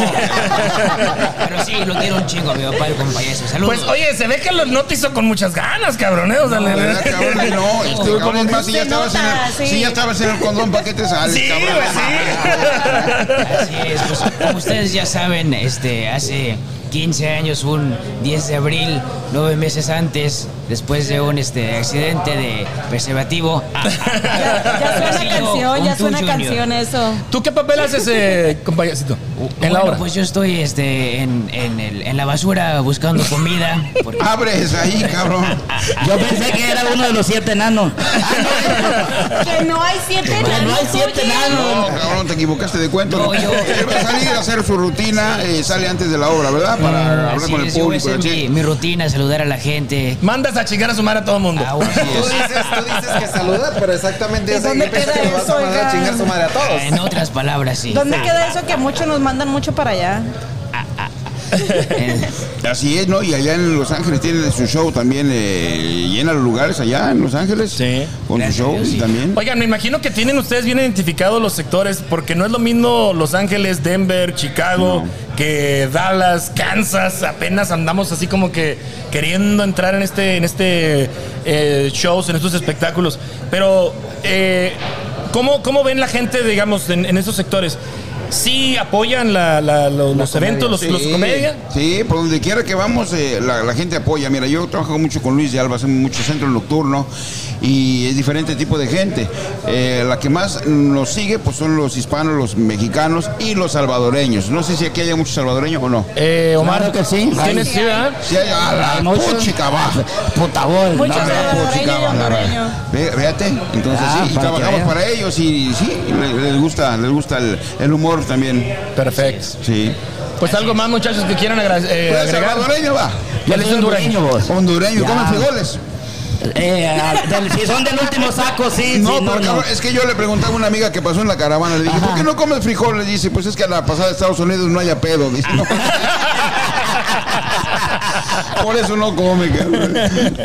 ah. Oh. Pero sí, lo quiero un chingo a mi papá, el compayazo. Saludos. Pues oye, se ve que lo, no te hizo con muchas ganas, cabrón. ¿eh? O sea, la- ¿Verdad, cabrón? No, este, Tú cabrón, es más, si ya se estabas en nota, el, sí. si ya estabas en el condón, ¿para qué te sales, Sí, cabrón? güey, sí. Así es, pues, como ustedes ya saben, este, hace 15 años, un 10 de abril, nueve meses antes, después de un este, accidente de preservativo. Ya suena canción, ya suena canción eso. ¿Tú qué papel haces, eh, compañercito? En la Bueno, obra. pues yo estoy este, en, en el- en la basura buscando comida. <laughs> porque- Abres ahí, cabrón. Yo pensé que era uno de los siete enanos. Que no hay siete Que enanos. no hay siete oye. No, cabrón, te equivocaste de cuento. Ah, No, yo- Él va a salir a hacer su rutina, eh, sale antes de la obra, ¿verdad? Para Ah, hablar así con el es, yo voy a público. hacer la mi, mi rutina, saludar a la gente. Ah, Mandas a chingar a su madre a todo el mundo. Tú dices, tú dices que saluda, pero exactamente es ahí que piensas que le vas a mandar a chingar su madre a todos. En otras palabras, sí. ¿Dónde queda eso que muchos nos mandan mucho para allá? chi- Eh, Así es, ¿no? Y allá en Los Ángeles tiene su show también, eh, llena los lugares allá en Los Ángeles. Sí. Con su show también. Oigan, me imagino que tienen ustedes bien identificados los sectores, porque no es lo mismo Los Ángeles, Denver, Chicago, que Dallas, Kansas. Apenas andamos así como que queriendo entrar en este, en este eh, shows, en estos espectáculos. Pero, eh, ¿cómo, ¿cómo ven la gente, digamos, en, en estos sectores? ¿Sí apoyan la- la- lo- los eventos, los, los comedias? Sí, por donde quiera que vamos, eh, la, la gente apoya. Mira, yo trabajo mucho con Luis de Alba, hacemos mucho centro nocturno y es diferente tipo de gente. Eh, la que más nos sigue pues son los hispanos, los mexicanos y los salvadoreños. No sé si aquí haya muchos salvadoreños o no. Eh, Omar, Claro que sí. ¿tienes Ay, idea? Sí, hay- a la Mucho. puchica va. Puta voz. Mucho no, hombre. Ve- Véate, entonces Ah, sí, y para que trabajamos vean. para ellos y sí, le- les, gusta, les gusta el, el humor también. Perfecto. Sí. Pues algo más, muchachos, que quieran agra- eh, Pues, agregar. salvadoreño va. Ya les hondureño. vos. Hondureño, Ya. ¿cómo frijoles? Eh, ah, del- si son del último saco, sí. No, sí, pero cabrón, es que yo le preguntaba a una amiga que pasó en la caravana, le dije, ¿por qué no comes frijoles? Dice, pues es que a la pasada de Estados Unidos no haya pedo. Dice, "No". Por eso no come, cabrón.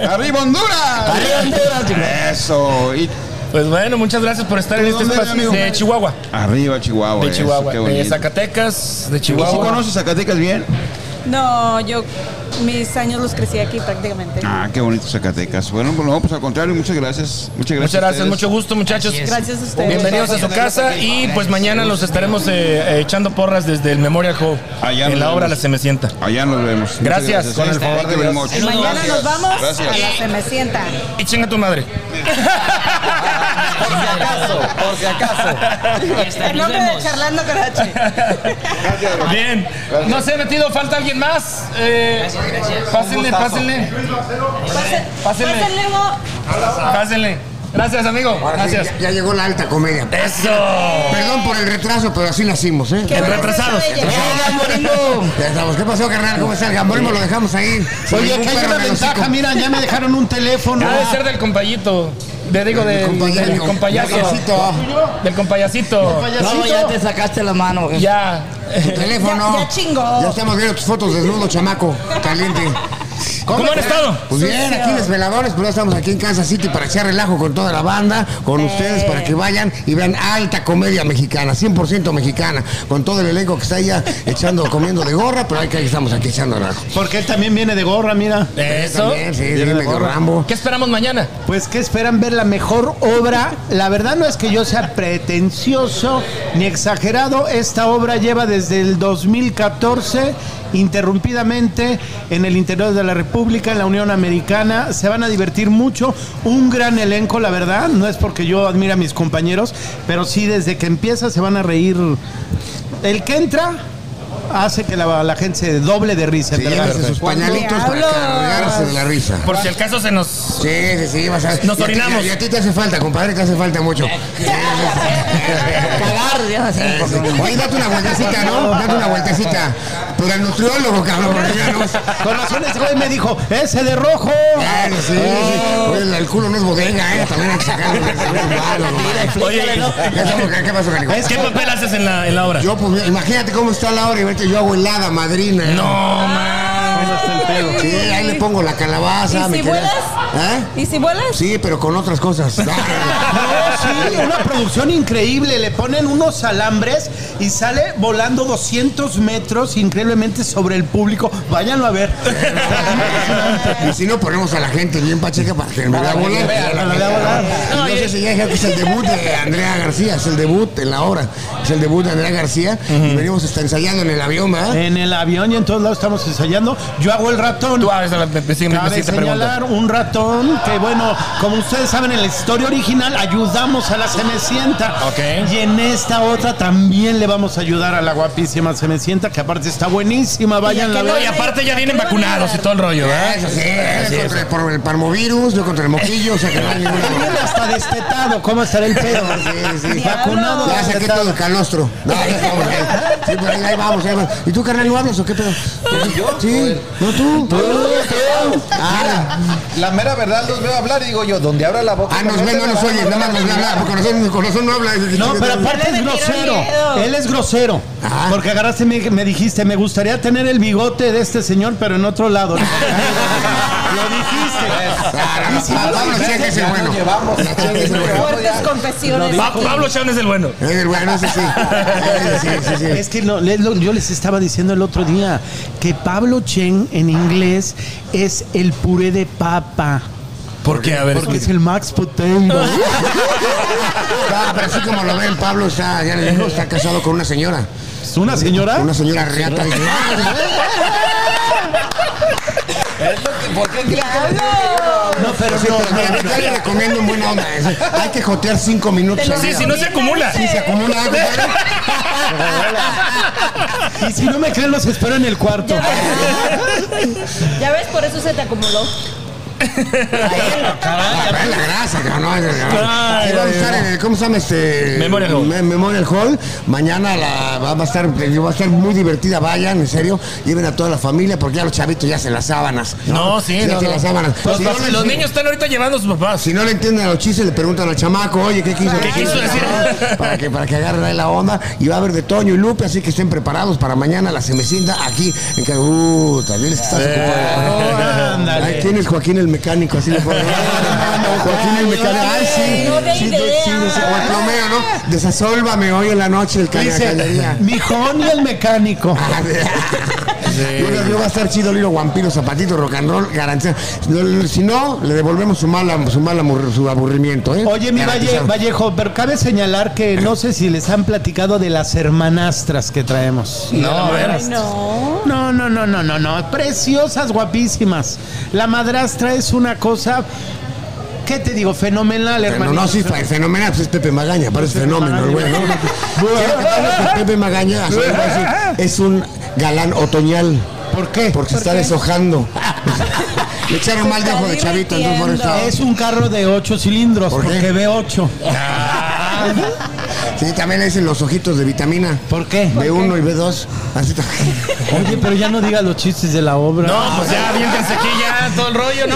¡Arriba Honduras! ¡Arriba Honduras! Eso. Y... Pues bueno, muchas gracias por estar en ¿De este dónde eres, espacio. amigo? De Chihuahua. Arriba Chihuahua. De eso, Chihuahua. qué De bonito. Zacatecas, de ¿Y Chihuahua. ¿Sí conoces Zacatecas bien? No, yo mis años los crecí aquí prácticamente. Ah, qué bonito Zacatecas. Bueno, pues, no, pues al contrario, muchas gracias. Muchas gracias. Muchas gracias, a mucho gusto muchachos. es. Gracias a ustedes. Bienvenidos a su casa y pues mañana los estaremos eh, eh, echando porras desde el Memorial Hall. Allá en nos la obra vemos. La Semecienta. Allá nos vemos. Muchas Gracias, con el Thank favor de you very Dios. much. Y mañana nos vamos a la Gracias. se me sienta. Y chinga tu madre. Por si acaso, por si acaso. Ya está, En nos nombre de vemos. Charlando Carache. Bien. No se ha metido, falta alguien más. Eh, Pásenle, pásenle. Pásenle. Pásenle, Pásenle. Gracias, amigo. Ahora sí, Gracias. Ya, ya llegó la alta comedia. Eso. Perdón por el retraso, pero así nacimos, ¿eh? Qué bueno retrasados. que ustedes llegaron. Ya estamos. ¿Qué pasó, carnal? ¿Cómo está el gamborismo? Lo dejamos ahí. Oye, que hay una ventaja, mira, ya me dejaron un teléfono. Ha de ser del compayito. De, digo, Del del, compañero. del compayazo. Del compayacito. No, ya te sacaste la mano. Ya. Tu teléfono. Ya- ya chingó. Ya estamos viendo tus fotos desnudo, chamaco. Caliente. ¿Cómo han estado? Pues bien, aquí desveladores, pero ya estamos aquí en Kansas City para echar relajo con toda la banda, con ustedes, para que vayan y vean alta comedia mexicana, 100% mexicana, con todo el elenco que está allá echando, comiendo de gorra, pero aquí estamos aquí echando relajo. Porque él también viene de gorra, mira. Eso. También, sí, sí, medio Rambo. ¿Qué esperamos mañana? Pues que esperan ver la mejor obra. La verdad no es que yo sea pretencioso ni exagerado. Esta obra lleva desde el 2014 interrumpidamente en el interior de la República, en la Unión Americana. Se van a divertir mucho. Un gran elenco, la verdad. No es porque yo admire a mis compañeros, pero sí desde que empieza se van a reír. El que entra hace que la, la gente se doble de risa. Se en verdad. llévense sus pañalitos para cargarse de la risa. Por si el caso se nos. Sí, sí, sí, vas a... Nos y a ti- orinamos. Y a ti te hace falta, compadre, te hace falta mucho. Cagar, Dios, así. Eh, sí. Oye, date una vueltecita, ¿no? Date una vueltecita. Por el nutriólogo, cabrón. porque ya no es- Con razón ese güey me dijo, ese de rojo. Claro, sí, sí. Oh. Oye, el- el culo no es bodega, ¿eh? También hay que sacarlo. <laughs> es malo, ¿no? Oye, Ya estamos acá, ¿Qué pasó, canijo? ¿qué papel haces en la, en la obra? Yo, pues, mira, imagínate cómo está la hora y vete, yo hago helada madrina. No, man. menos está el pelo. Sí, ahí le pongo la calabaza. ¿Y mi si querida. vuelas? ¿Eh? ¿Y si vuelas? Sí, pero con otras cosas. <laughs> Sí, una producción increíble. Le ponen unos alambres y sale volando 200 metros increíblemente sobre el público. Váyanlo a ver. <laughs> Y si no, ponemos a la gente bien pacheca para que me vea volar. me vea volar. Y No sé si ya dijeron que es el debut de Andrea García, es el debut en la obra. Es el debut de Andrea García. Y venimos está ensayando en el avión, ¿verdad? En el avión y en todos lados estamos ensayando. Yo hago el ratón. Tú haces la, Cabe señalar un ratón que, bueno, como ustedes saben, en la historia original ayudamos a la Cenicienta. Y en esta otra también le vamos a ayudar a la guapísima Cenicienta, que aparte está buenísima. Vayan a No, y ver. aparte ya vienen vacunados y todo el rollo, ¿verdad? Eso sí, yo contra el, por el palmovirus, yo contra el moquillo, o sea que no hay ninguna. También hasta destetado, ¿cómo estará el pedo? Sí, sí. Vacunado, Ya saqué todo el calostro. No, ahí vamos, ahí. Sí, pues ahí, ahí vamos, ahí vamos. ¿Y tú, carnal, no hablas o qué pedo? ¿Yo? Sí, no tú. Ah, La mera verdad los veo hablar y digo yo, donde abra la boca. ah, nos ven, no nos oye, nada más nos ve hablar, porque con nosotros- con nosotros no habla. No, pero aparte es grosero. Él es grosero. Ah. Porque agarraste, me, me dijiste, me gustaría tener el bigote de este señor, pero en otro lado. <laughs> Le digo, Lo dijiste. Claro, Y si no lo Pablo dijiste, Checa es el ya no bueno. llevamos. Fuertes confesiones. Pa- Pablo Chávez es el bueno. Es el bueno, ese <laughs> sí. Sí, sí, sí. Es que no, les lo- yo les estaba diciendo el otro día que Pablo Chen en inglés es el puré de papa. ¿Por qué? A ver, Porque es el Max <laughs> Potendo. No, pero así como lo ven, Pablo está, ya le digo, está casado con una señora. ¿Es una señora? Una señora reata. Dije, ¿Por qué creen que me- No, pero Sí, no, pero no, mira, no. yo le recomiendo en buena onda. Es- Hay que jotear cinco minutos. Sí, al sí, día. si no se acumula. Sí, se acumula algo. ¿verdad? Y si no me creen, los espero en el cuarto. <laughs> Ya ves, por eso se te acumuló. Ah, pero es la grasa, cabrón, no, es la grasa. Ay, Sí, vamos a ay, estar en el, ¿cómo se llama este? Memorial Hall. Me- Memorial Hall. Mañana la, va, va a estar, va a estar muy divertida, vayan, en serio, lleven a toda la familia, porque ya los chavitos ya hacen las sábanas. No, sí, Ya no, hacen no. las sábanas. Los, Si no pas- les- pues, los niños están ahorita llevando a sus papás. Si no le entienden a los chistes, le preguntan al chamaco, oye, ¿qué quiso, ¿Qué quiso decir? <laughs> Para que, para que agarren ahí la onda. Y va a haber de Toño y Lupe, así que estén preparados para mañana la semecinda aquí en Car- Uh, también es que Eh. estás <laughs> Oh, ocupado. ándale. Ahí tienes Joaquín el mecánico, así le ponen. Joaquín el mecánico. Ay, sí. No de sí, idea. sí, sí. O el plomero, ¿no? Desasólvame hoy en la noche el caña- Dice, cañería. Ah, mijón y el <laughs> mecánico. Yo creo que va a estar chido Lilo Guampiro, zapatito, rock and roll, garantía. No, Si no, le devolvemos su mala, su mala amur- su aburrimiento, ¿eh? Oye, mi Valle- Garantizado. Vallejo, pero cabe señalar que no sé si les han platicado de las hermanastras que traemos. No, a ver. Ay, no. No, no, no, no, no, no. Preciosas, guapísimas. La madrastra es una cosa, ¿qué te digo? Fenomenal, hermano. Fenomenal, no, sí, fe- fenomenal, pues es Pepe Magaña, parece fenómeno el güey, ¿no? Quiero que vean que Pepe Magaña así les voy a decir, es un galán otoñal. ¿Por qué? Porque está deshojando. Le echaron mal de ojo de chavito, entonces por eso Es un carro de ocho cilindros, ¿Por qué? Ah. porque ve ocho. está- Sí, también le dicen los ojitos de vitamina. ¿Por qué? B1 y B2. Así está. Oye, pero ya no digas los chistes de la obra. No, pues ya, aviéntense aquí ya, todo el rollo, ¿no?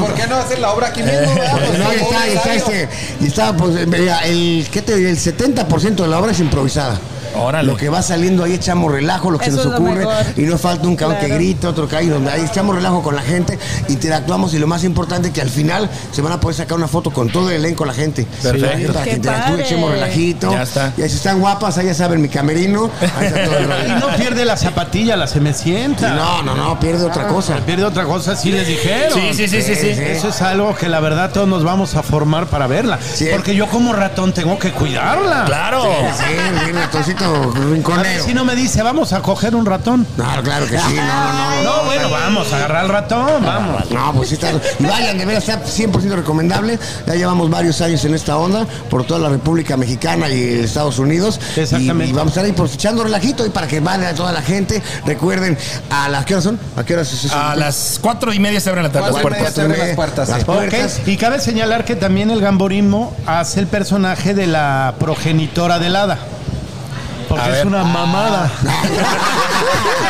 ¿Por qué no hacen la obra aquí mismo? verdad? Pues, Eh, No, y está, y está este. Y está, pues, mira, el, ¿qué te diré? El 70% de la obra es improvisada. Órale. Lo que va saliendo ahí echamos relajo, lo que Eso nos es lo ocurre. mejor. Y no falta un cabrón que Claro. grita, otro que ahí, donde ahí echamos relajo con la gente, interactuamos y lo más importante que al final se van a poder sacar una foto con todo el elenco, la gente. Perfecto. Para que ¡Qué interactúen, padre! echemos relajito. Ya está. Y ahí si están guapas, ahí ya saben mi <laughs> camerino. Ahí está todo el rollo. Y no pierde la zapatilla, la se me Y sienta. No, no, no, pierde otra cosa. Pierde otra cosa, sí les dijeron. Sí, sí, sí, sí, Eh, sí. Eso es algo que la verdad todos nos vamos a formar para verla. Sí. Porque yo como ratón tengo que cuidarla. Claro. Sí, el ratoncito A ver rinconero. si no me dice, vamos a coger un ratón. No, claro que sí, no, no, no. No, bueno, vamos a agarrar al ratón, vamos. No, pues sí está. Y vayan, de veras, está 100% recomendable. Ya llevamos varios años en esta onda por toda la República Mexicana y Estados Unidos. Exactamente. Y, y vamos a estar ahí pues, echando relajito y para que vayan a toda la gente. Recuerden, ¿a las qué horas son? ¿A qué horas es eso? A las cuatro y media se abren la tarde las Cuatro y media puertas. se abren las puertas, Las sí. Ok, puertas. Y cabe señalar que también el gamborismo hace el personaje de la progenitora del hada. Porque es una Ah. mamada. <laughs>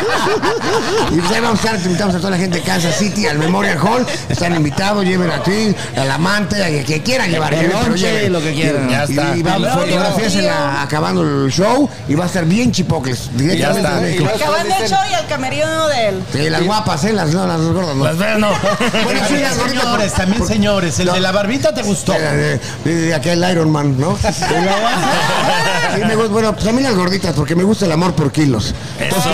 Y pues ahí vamos a estar, invitamos a toda la gente de Kansas City al Memorial Hall. Están invitados, lleven a ti, al amante, a que, que quieran llevar. El lleven, pero lonche, lleven. lo que quieran. Y- Ya y- está. Y, va a haber Y luego- fotografías en la- acabando el show y va a estar bien chipocles. Directamente está. de México. Acabando el show y el camerino de él. Sí, las guapas, ¿eh? Las, no, las gordas no. Las veas, no. <laughs> Bueno, sí, las gorditas, señores, por- también señores. El de la barbita te gustó. de, de- de aquel Iron Man, <laughs> ¿no? Y luego- Sí, me gusta- bueno, pues a mí las gorditas, porque me gusta el amor por kilos. Entonces,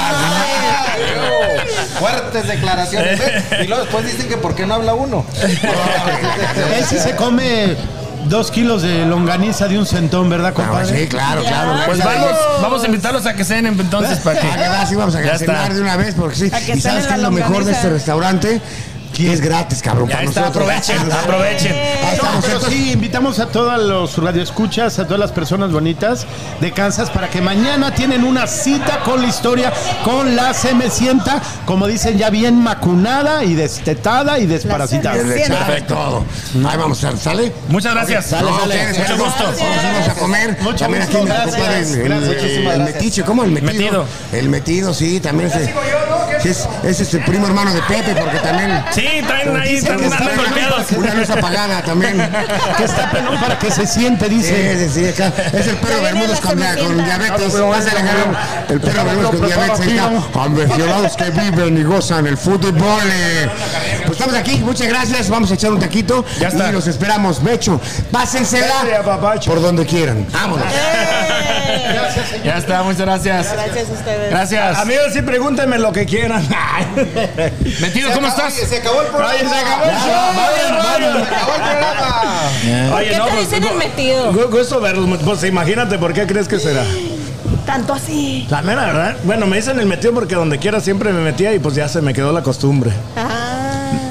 Ah, Fuertes declaraciones. ¿eh? Y luego después dicen que por qué no habla uno. <laughs> Él sí se come dos kilos de longaniza de un centón, ¿verdad, compadre? sí, claro, claro. Pues vamos, vamos a invitarlos a que cenen entonces <laughs> para que. Ah, que va, sí, vamos a Ya está. cenar de una vez, porque sí. A que ¿Y sabes sale qué la es lo mejor de longaniza. este restaurante? Que es gratis, cabrón, Ya para está, nosotros. aprovechen, aprovechen. Ahí No, estamos, pero entonces, sí, invitamos a todos los radioescuchas, a todas las personas bonitas de Kansas para que mañana tienen una cita con la historia, con la Semecienta, como dicen, ya bien macunada y destetada y desparasitada. Desechada de todo. Ahí vamos a estar, ¿sale? Muchas gracias. No, ustedes, Mucho vamos, gusto. Vamos, vamos a comer. Mucho también aquí gusto, me gracias. acompaña el, el- Gracias. el Muchísimas gracias. metiche, ¿cómo el metido? Metido. El metido, sí, también ese. sí, es, ese es el primo hermano de Pepe, porque también. Sí, traen ahí, Dicen están que andan está- golpeados. Una luz apagada también. <laughs> Que está penón para que se siente, dice. Sí, sí, sí, acá. Es el perro Bermúdez con, la- con diabetes. Ah, Pásale, Javier. El perro Bermúdez con diabetes. Ahí está. Aficionados que viven y gozan el fútbol. eh. Pues estamos aquí. Muchas gracias. Vamos a echar un taquito. Ya está. Y los esperamos. Becho, pásensela por donde quieran. Vámonos. Ya está, muchas gracias. Gracias a ustedes. Gracias. Amigos, sí, pregúntenme lo que <laughs> quieran. Metido, Se ¿cómo acabó- estás? oye, se acabó el programa. Ay, se acabó el Ya, show. vayan, Vayan, vayan. Se acabó el programa. ¿Por qué te dicen el metido? gu- pues, Gusto verlos. mu- Pues imagínate, ¿por qué crees que será? Tanto así. La mera, ¿verdad? Bueno, me dicen el metido porque donde quiera siempre me metía y pues ya se me quedó la costumbre.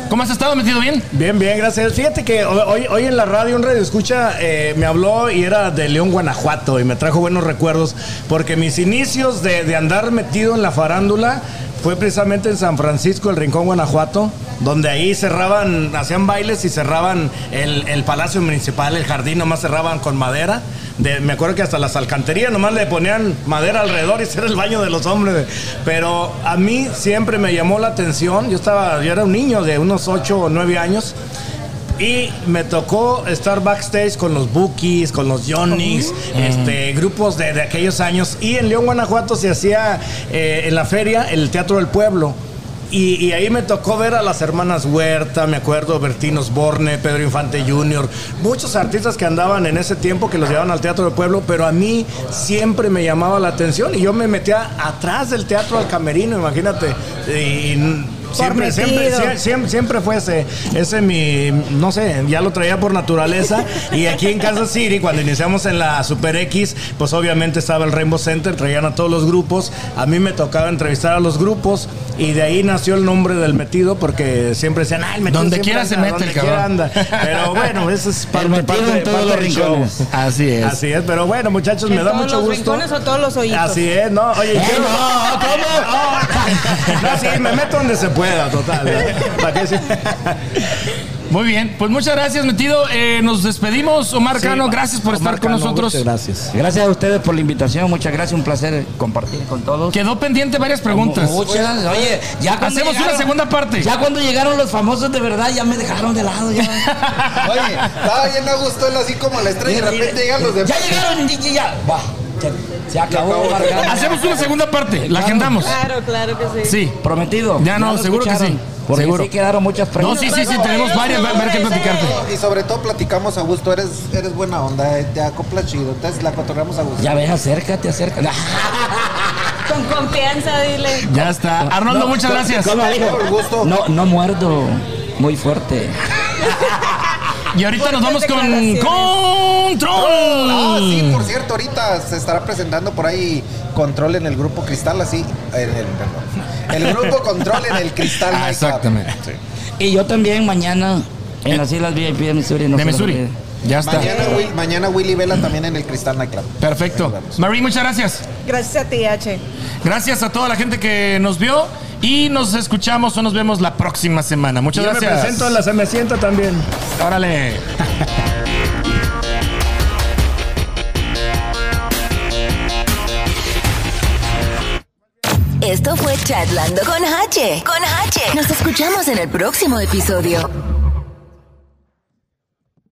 ¿Cómo has estado? ¿Metido bien? Bien, bien, gracias. Fíjate que ho- hoy, hoy en la radio, un radio escucha, eh, me habló y era de León, Guanajuato, y me trajo buenos recuerdos, porque mis inicios de, de andar metido en la farándula fue precisamente en San Francisco, el Rincón, Guanajuato, donde ahí cerraban, hacían bailes y cerraban el, el Palacio Municipal, el jardín, nomás cerraban con madera. De- me acuerdo que hasta las alcanterías nomás le ponían madera alrededor y ese era el baño de los hombres. Pero a mí siempre me llamó la atención, yo estaba, yo era un niño de unos 8 o 9 años. Y me tocó estar backstage con los Bookies, con los Johnnys, este, grupos de, de aquellos años. Y en León, Guanajuato se hacía eh, en la feria el Teatro del Pueblo. Y, y ahí me tocó ver a las hermanas Huerta, me acuerdo, Bertino Borne, Pedro Infante Jr., muchos artistas que andaban en ese tiempo que los llevaban al Teatro del Pueblo, pero a mí siempre me llamaba la atención y yo me metía atrás del teatro al camerino, imagínate. Y, y siempre, siempre, metido. sie- siempre, siempre fue ese, ese mi, no sé, ya lo traía por naturaleza. Y aquí en Kansas City, cuando iniciamos en la Super X, pues obviamente estaba el Rainbow Center, traían a todos los grupos. A mí me tocaba entrevistar a los grupos y de ahí nació el nombre del metido porque siempre decían, ah, el metido Donde siempre quiera se anda, mete donde el cabrón". quiera anda". Pero bueno, eso es parte, El metido parte- en todos parte los del show. rincones. Así es. Así es, pero bueno, muchachos, me ¿En da todos mucho los gusto. rincones o todos los hoyitos? Así es, no, <laughs> oye, quiero- no, sí, me meto donde se pueda, total. ¿verdad? ¿Para qué se- Muy bien, pues muchas gracias, metido. Eh, nos despedimos, Omar Cano. Gracias por estar con nosotros. gracias. Gracias a ustedes por la invitación. Muchas gracias. Un placer compartir con todos. Quedó pendiente varias preguntas. Muchas, oye, ya cuando Hacemos una llegaron- segunda parte. Ya cuando llegaron los famosos de verdad, ya me dejaron de lado. <laughs> Ya, Oye, estaba bien a gusto él así como la estrella y de repente llegan los de ya llegaron, ya, ya. Va, se, se acabó. acabó. Vargas. Hacemos una segunda parte, la agendamos. Claro, claro que sí. Sí. Prometido. Ya no, lo seguro que escucharon, sí. Porque Seguro. sí quedaron muchas No, preguntas. sí, sí, sí, tenemos varias, va- varias que platicarte. Y sobre todo platicamos a gusto, eres, eres buena onda, eh, te acoplas chido, entonces la cotorreamos a gusto. Ya ves, acércate, acércate. Con confianza, dile. Ya está. Arnoldo, muchas gracias. ¿Cómo dijo? Por gusto. No, no muerdo. Muy fuerte. <laughs> Y ahorita nos vamos con Declaraciones. Control. Ah, sí, por cierto, ahorita se estará presentando por ahí Control en el grupo Cristal, así. en el, perdón. El grupo Control en el Cristal. Ah, Nightclub. exactamente. Y yo también mañana en las Islas VIP de Missouri. No Eh. De se lo Missouri. olviden. Ya está. Mañana, Will- mañana Willy Vela también en el Cristal Nightclub. Perfecto. Marie, muchas gracias. Gracias a ti, H. Gracias a toda la gente que nos vio y nos escuchamos o nos vemos la próxima semana. Muchas Yo me gracias. presento en la Se Me Sienta también. Órale. Chatlando con H. Con H. Nos escuchamos en el próximo episodio.